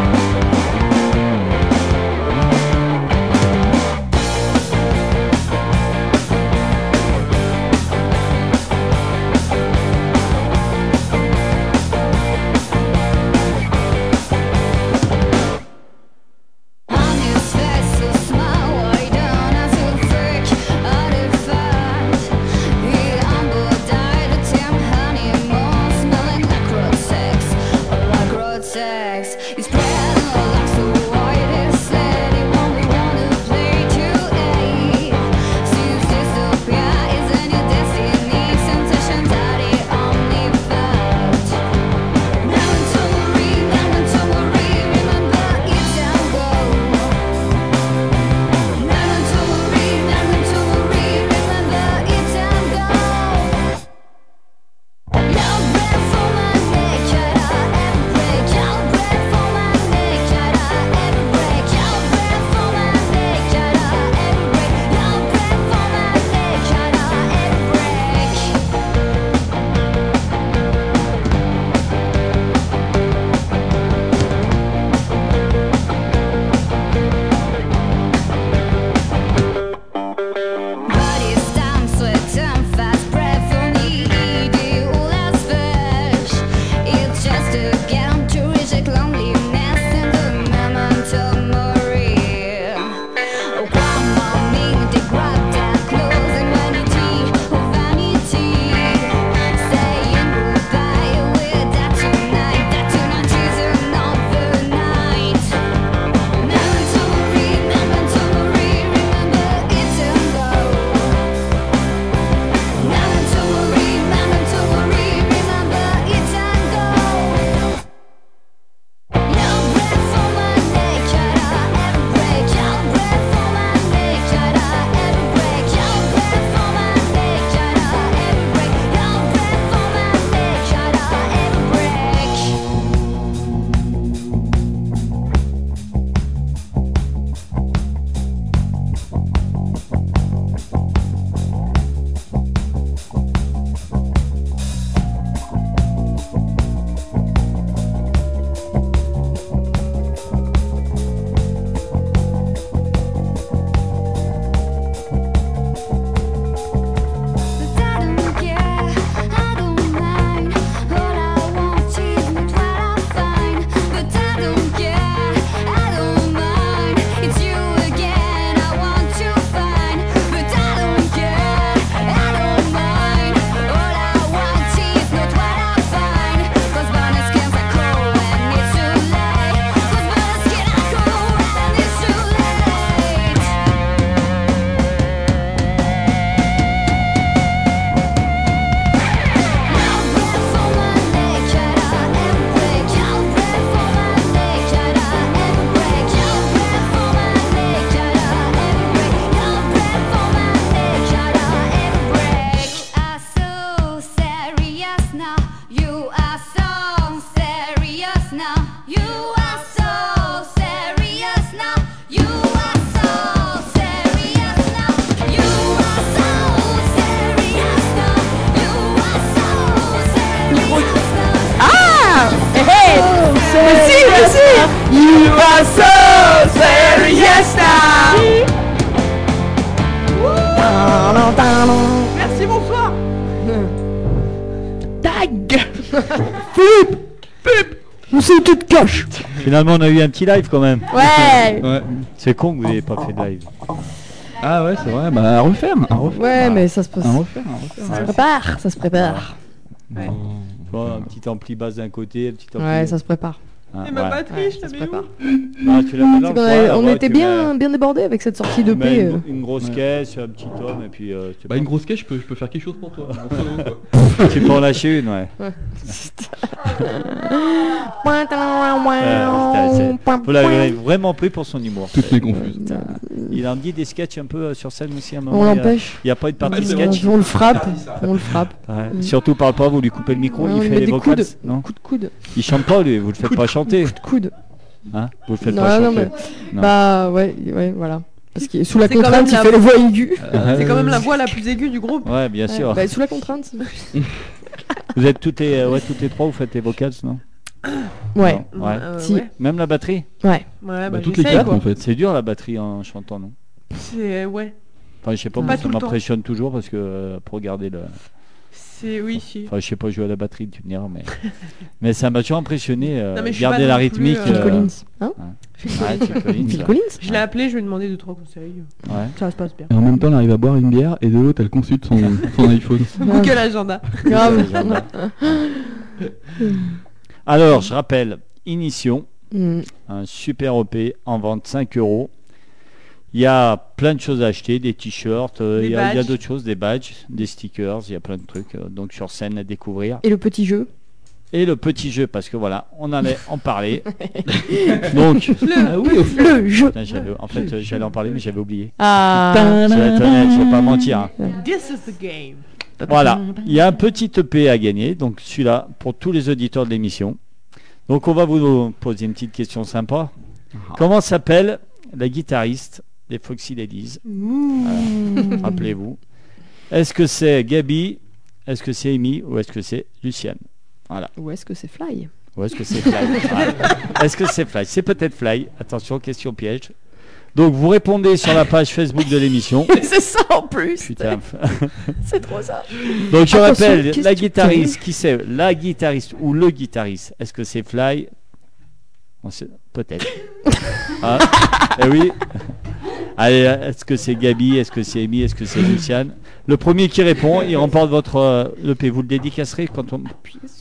H: Oh, You are so serious now. Merci, bonsoir.
A: Finalement, on a eu un petit live quand même.
D: Ouais
C: Ouais.
A: C'est con que vous n'ayez pas fait de live.
C: Ah ouais, c'est vrai, bah à refaire, à refaire.
A: Ah.
D: Ouais, mais ça se passe.
C: À refaire, à refaire.
D: Ça se prépare, ça se
B: Ah,
D: prépare.
A: Tu vois, un petit ampli basse d'un côté, un petit ampli.
D: Ouais, ça se prépare.
A: Ah,
B: Et ma
A: ouais.
B: batterie,
D: Ouais,
B: je
D: ça se
B: t'avais
D: prépare.
B: où
A: Ah, tu l'as mis dans le
D: On,
A: coin,
D: a-
A: là-bas,
D: Mmh, on était
A: tu
D: bien, hein.
A: mets-
D: bien débordés avec cette sortie de
A: tu mets
D: paix.
A: une, une grosse
C: Ouais.
A: caisse, un petit homme, et puis euh, tu,
C: Bah une grosse caisse, je peux, je peux faire quelque chose pour toi. en photo, quoi.
A: peux, tu peux en lâcher une, ouais.
D: euh.
B: oh,
A: c'est- Vous l'avez vraiment pris pour son humour.
C: Toutes les confuses.
D: Bah,
A: Il a dit des sketchs un peu euh, sur scène aussi à un moment.
D: On
A: il y a-
D: l'empêche.
A: Il n'y a pas une partie
C: Ouais, c'est
A: sketch.
D: On, on le frappe. On le frappe. Mm.
A: Ouais. Surtout parle pas, vous lui coupez le micro,
D: Ouais, on
A: il
D: lui
A: fait
D: met
A: les
D: des
A: vocals.
D: coudes.
A: Non,
D: Coup de coude.
A: il chante pas lui, vous le faites pas chanter.
D: Coup de coude.
A: Hein vous le faites
D: Non,
A: pas
D: non,
A: chanter. Non.
D: Bah ouais, ouais, voilà. Parce que sous la
B: C'est quand
D: contrainte,
B: même
D: il
B: la-
D: fait les voix aiguës.
B: C'est quand même la voix la plus aiguë du groupe.
A: Ouais, bien
D: Ouais,
A: sûr.
D: bah, sous la contrainte. c'est-
A: Vous êtes toutes les, euh, ouais, toutes les trois, vous faites les vocals, non
D: Ouais,
A: Non, ouais.
B: Euh,
D: Si.
B: ouais.
A: Même la batterie
D: ouais.
B: Ouais,
C: Bah,
B: bah,
C: toutes les
B: j'essaye,
C: quatre
B: quoi.
C: en fait.
A: C'est dur la batterie en chantant, non
B: C'est euh, ouais.
A: Enfin, je sais pas,
D: Pas
A: moi,
B: tout
A: ça
B: le temps.
A: m'impressionne toujours parce que euh, pour regarder le.
B: C'est oui, si.
A: Enfin, je sais pas jouer à la batterie, tu me diras, mais. mais ça m'a toujours impressionné, euh,
B: Non, mais je suis
A: garder
B: pas
A: la
B: non plus,
A: rythmique.
B: euh,
D: Phil
A: euh,
D: Collins. Hein
A: ouais, Ah, Phil Collins,
D: Phil
A: là.
D: Collins
B: Je l'ai appelé, je lui ai demandé deux trois conseils.
A: Ouais.
B: Ça se passe bien.
C: Et en même temps, elle arrive à boire une bière et de l'autre, elle consulte son, son iPhone.
B: Google Agenda.
D: Grave.
A: Alors, je rappelle, Inition,
D: Mm.
A: un super OP en vente 5 euros. Il y a plein de choses à acheter, des t-shirts, euh,
B: Des
A: il y a, il y a
B: badges.
A: d'autres choses, des badges, des stickers, il y a plein de trucs euh, donc sur scène à découvrir.
D: Et le petit jeu.
A: Et le petit jeu, parce que voilà, on allait en parler. donc,
C: Ah oui, au fait.
D: Le jeu.
A: Putain, j'avais- en fait, euh, j'allais en parler, mais j'avais oublié.
D: Ah.
A: Je vais être honnête, je vais pas mentir. hein.
B: This is the game.
A: Voilà, il y a un petit EP à gagner, donc celui-là pour tous les auditeurs de l'émission. Donc on va vous poser une petite question sympa. Comment s'appelle la guitariste des Foxy Ladies Voilà, Rappelez-vous. Est-ce que c'est Gabi Est-ce que c'est Amy Ou est-ce que c'est Luciane
D: Où est-ce que c'est Fly
A: Ou est-ce que c'est Fly Ouais. Est-ce que c'est Fly C'est peut-être Fly. Attention, question piège. Donc vous répondez sur la page Facebook de l'émission.
D: C'est ça en plus.
A: Putain.
D: C'est trop ça.
A: Donc je
D: Attention,
A: rappelle,
D: question
A: la guitariste, qui c'est La guitariste ou le guitariste Est-ce que c'est Fly On sait- Peut-être. ah, eh oui. Allez, est-ce que c'est Gabi Est-ce que c'est Amy Est-ce que c'est Luciane Le premier qui répond, il remporte votre euh, EP. Vous le dédicacerez quand on.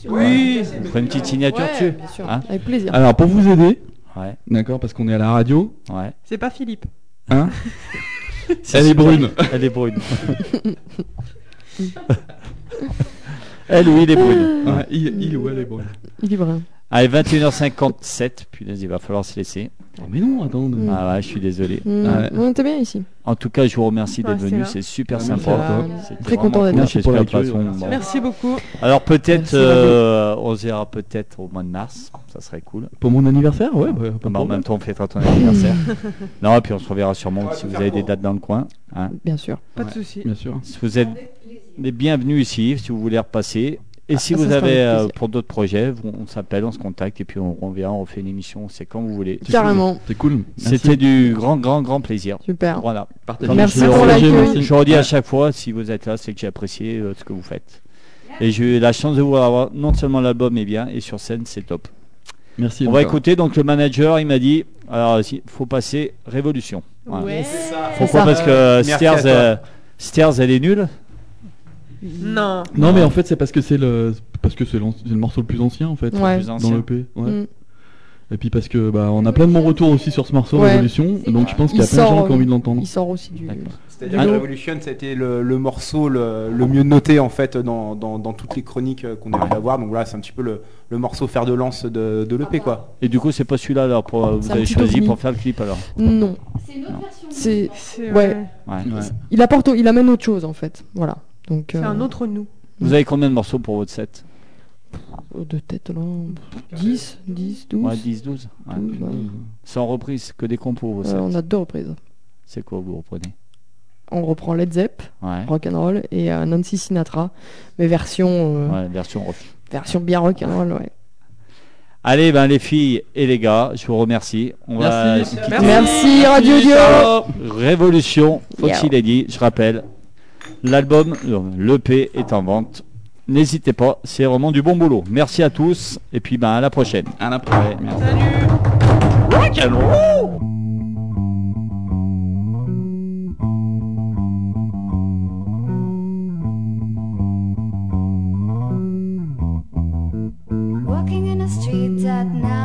B: Oui.
A: on fera une petite signature dessus.
D: bien sûr.
A: Hein
D: Avec plaisir.
C: Alors pour vous aider,
A: Ouais,
C: d'accord, parce qu'on est à la radio, Hein
A: ouais.
B: C'est pas Philippe.
C: elle est brune.
A: Elle est brune. Elle ou Eh, il est brune.
C: Ouais, il, il ou elle est brune.
D: Ah. Il est vrai.
A: Allez, 21h57. Punaise, il va falloir se laisser.
C: Oh, mais non, attends.
D: Mm.
A: Ah ouais, je suis désolé.
D: Mm.
C: Ouais.
D: On était bien ici.
A: En tout cas, je vous remercie d'être
B: Ouais, c'est
A: venu,
B: là.
A: c'est super
C: Ah, merci
A: sympa.
C: à toi.
A: C'était
D: Très
A: vraiment cool,
D: content d'être là.
C: Merci
A: j'espère
C: pour
A: de
C: l'accueil,
A: toute façon,
C: merci.
A: bon.
B: Merci beaucoup.
A: Alors peut-être,
D: Merci,
A: euh, on se verra peut-être au mois de mars, ça serait cool.
C: Pour mon anniversaire, ouais, bah, pas
A: Bah, en
C: de
A: même temps, on fêtera ton anniversaire. non, et puis on se reverra sûrement si vous avez des dates dans le coin. hein.
D: Bien sûr.
B: Pas de souci.
C: Bien sûr.
A: Si vous êtes les bienvenus ici, si vous voulez repasser. Et si
D: Ah, ça
A: vous
D: sera avec
A: avez euh,
D: plaisir.
A: pour d'autres projets, vous- on s'appelle, on se contacte et puis on revient, on fait une émission, c'est quand vous voulez.
D: Carrément.
C: C'est cool.
A: C'était du grand, grand, grand plaisir.
D: Super.
A: Voilà.
C: Partagez.
D: Merci
A: je,
D: pour
A: je-
D: l'accueil.
A: je- je redis à chaque fois, si vous êtes là, c'est que j'ai apprécié euh, ce que vous faites. Et j'ai eu la chance de vous avoir, non seulement l'album est bien, et sur scène, c'est top.
C: Merci.
A: On va
C: Lucas.
A: écouter, donc le manager, il m'a dit, alors, il faut passer Révolution. Voilà.
B: Ouais.
A: Pourquoi
D: ça.
A: Parce que euh,
G: Merci à
A: Stairs,
G: toi.
A: euh, Stairs, elle est nulle.
B: Non.
C: Non, mais en fait, c'est parce que c'est le parce que c'est l'an- c'est le morceau le plus ancien en fait.
D: Ouais.
A: Plus
C: Dans
A: ancien.
C: l'EP. Ouais.
D: Mm.
C: Et puis parce que bah on a plein de bons retours aussi sur ce morceau
D: Ouais.
C: Révolution, donc je pense qu'il y a
D: Il
C: plein de gens
D: sort,
C: qui ont envie
D: euh,
C: de l'entendre.
D: Il sort aussi du.
A: D'accord.
G: C'est-à-dire
A: Ah.
G: que Revolution, c'était le, le morceau le, le mieux noté en fait dans, dans, dans toutes les chroniques euh, qu'on avait à voir. Donc voilà, c'est un petit peu le, le morceau fer de lance de, de l'EP quoi.
A: Et du coup, c'est pas celui-là alors pour, euh,
D: C'est
A: vous
D: un
A: avez
D: petit
A: choisi
D: ovni.
A: pour faire le clip alors.
D: Non.
F: C'est une autre version.
D: C'est.
B: C'est
D: Ouais.
B: ouais.
A: Ouais.
C: Ouais.
D: Il apporte, au- il amène autre chose en fait. Voilà. Donc.
B: C'est
D: euh,
B: un autre nous.
A: Vous avez combien de morceaux pour votre set
D: Oh, De tête là. 10, 10, 12.
A: Ouais, 10, 12 Ouais.
D: 12, ouais.
A: Sans reprise, que des compos vos
D: Euh,
A: sets.
D: on a deux reprises.
A: C'est quoi vous reprenez
D: On reprend Led Zepp,
A: Ouais.
D: Rock'n'Roll et euh, Nancy Sinatra, mais version, euh,
A: Ouais, version rock.
D: version bien Rock'n'Roll, ouais.
A: Allez, ben les filles et les gars, je vous remercie. On va
I: Merci.
A: se quitter.
C: Merci Radio Dio.
A: Révolution, Foxy
C: Yo.
A: Lady, je rappelle. L'album, non, l'EP est en vente. N'hésitez pas, c'est vraiment du bon boulot. Merci à tous et puis ben à la prochaine.
I: À la prochaine.
J: Salut
K: Walking in the street at night.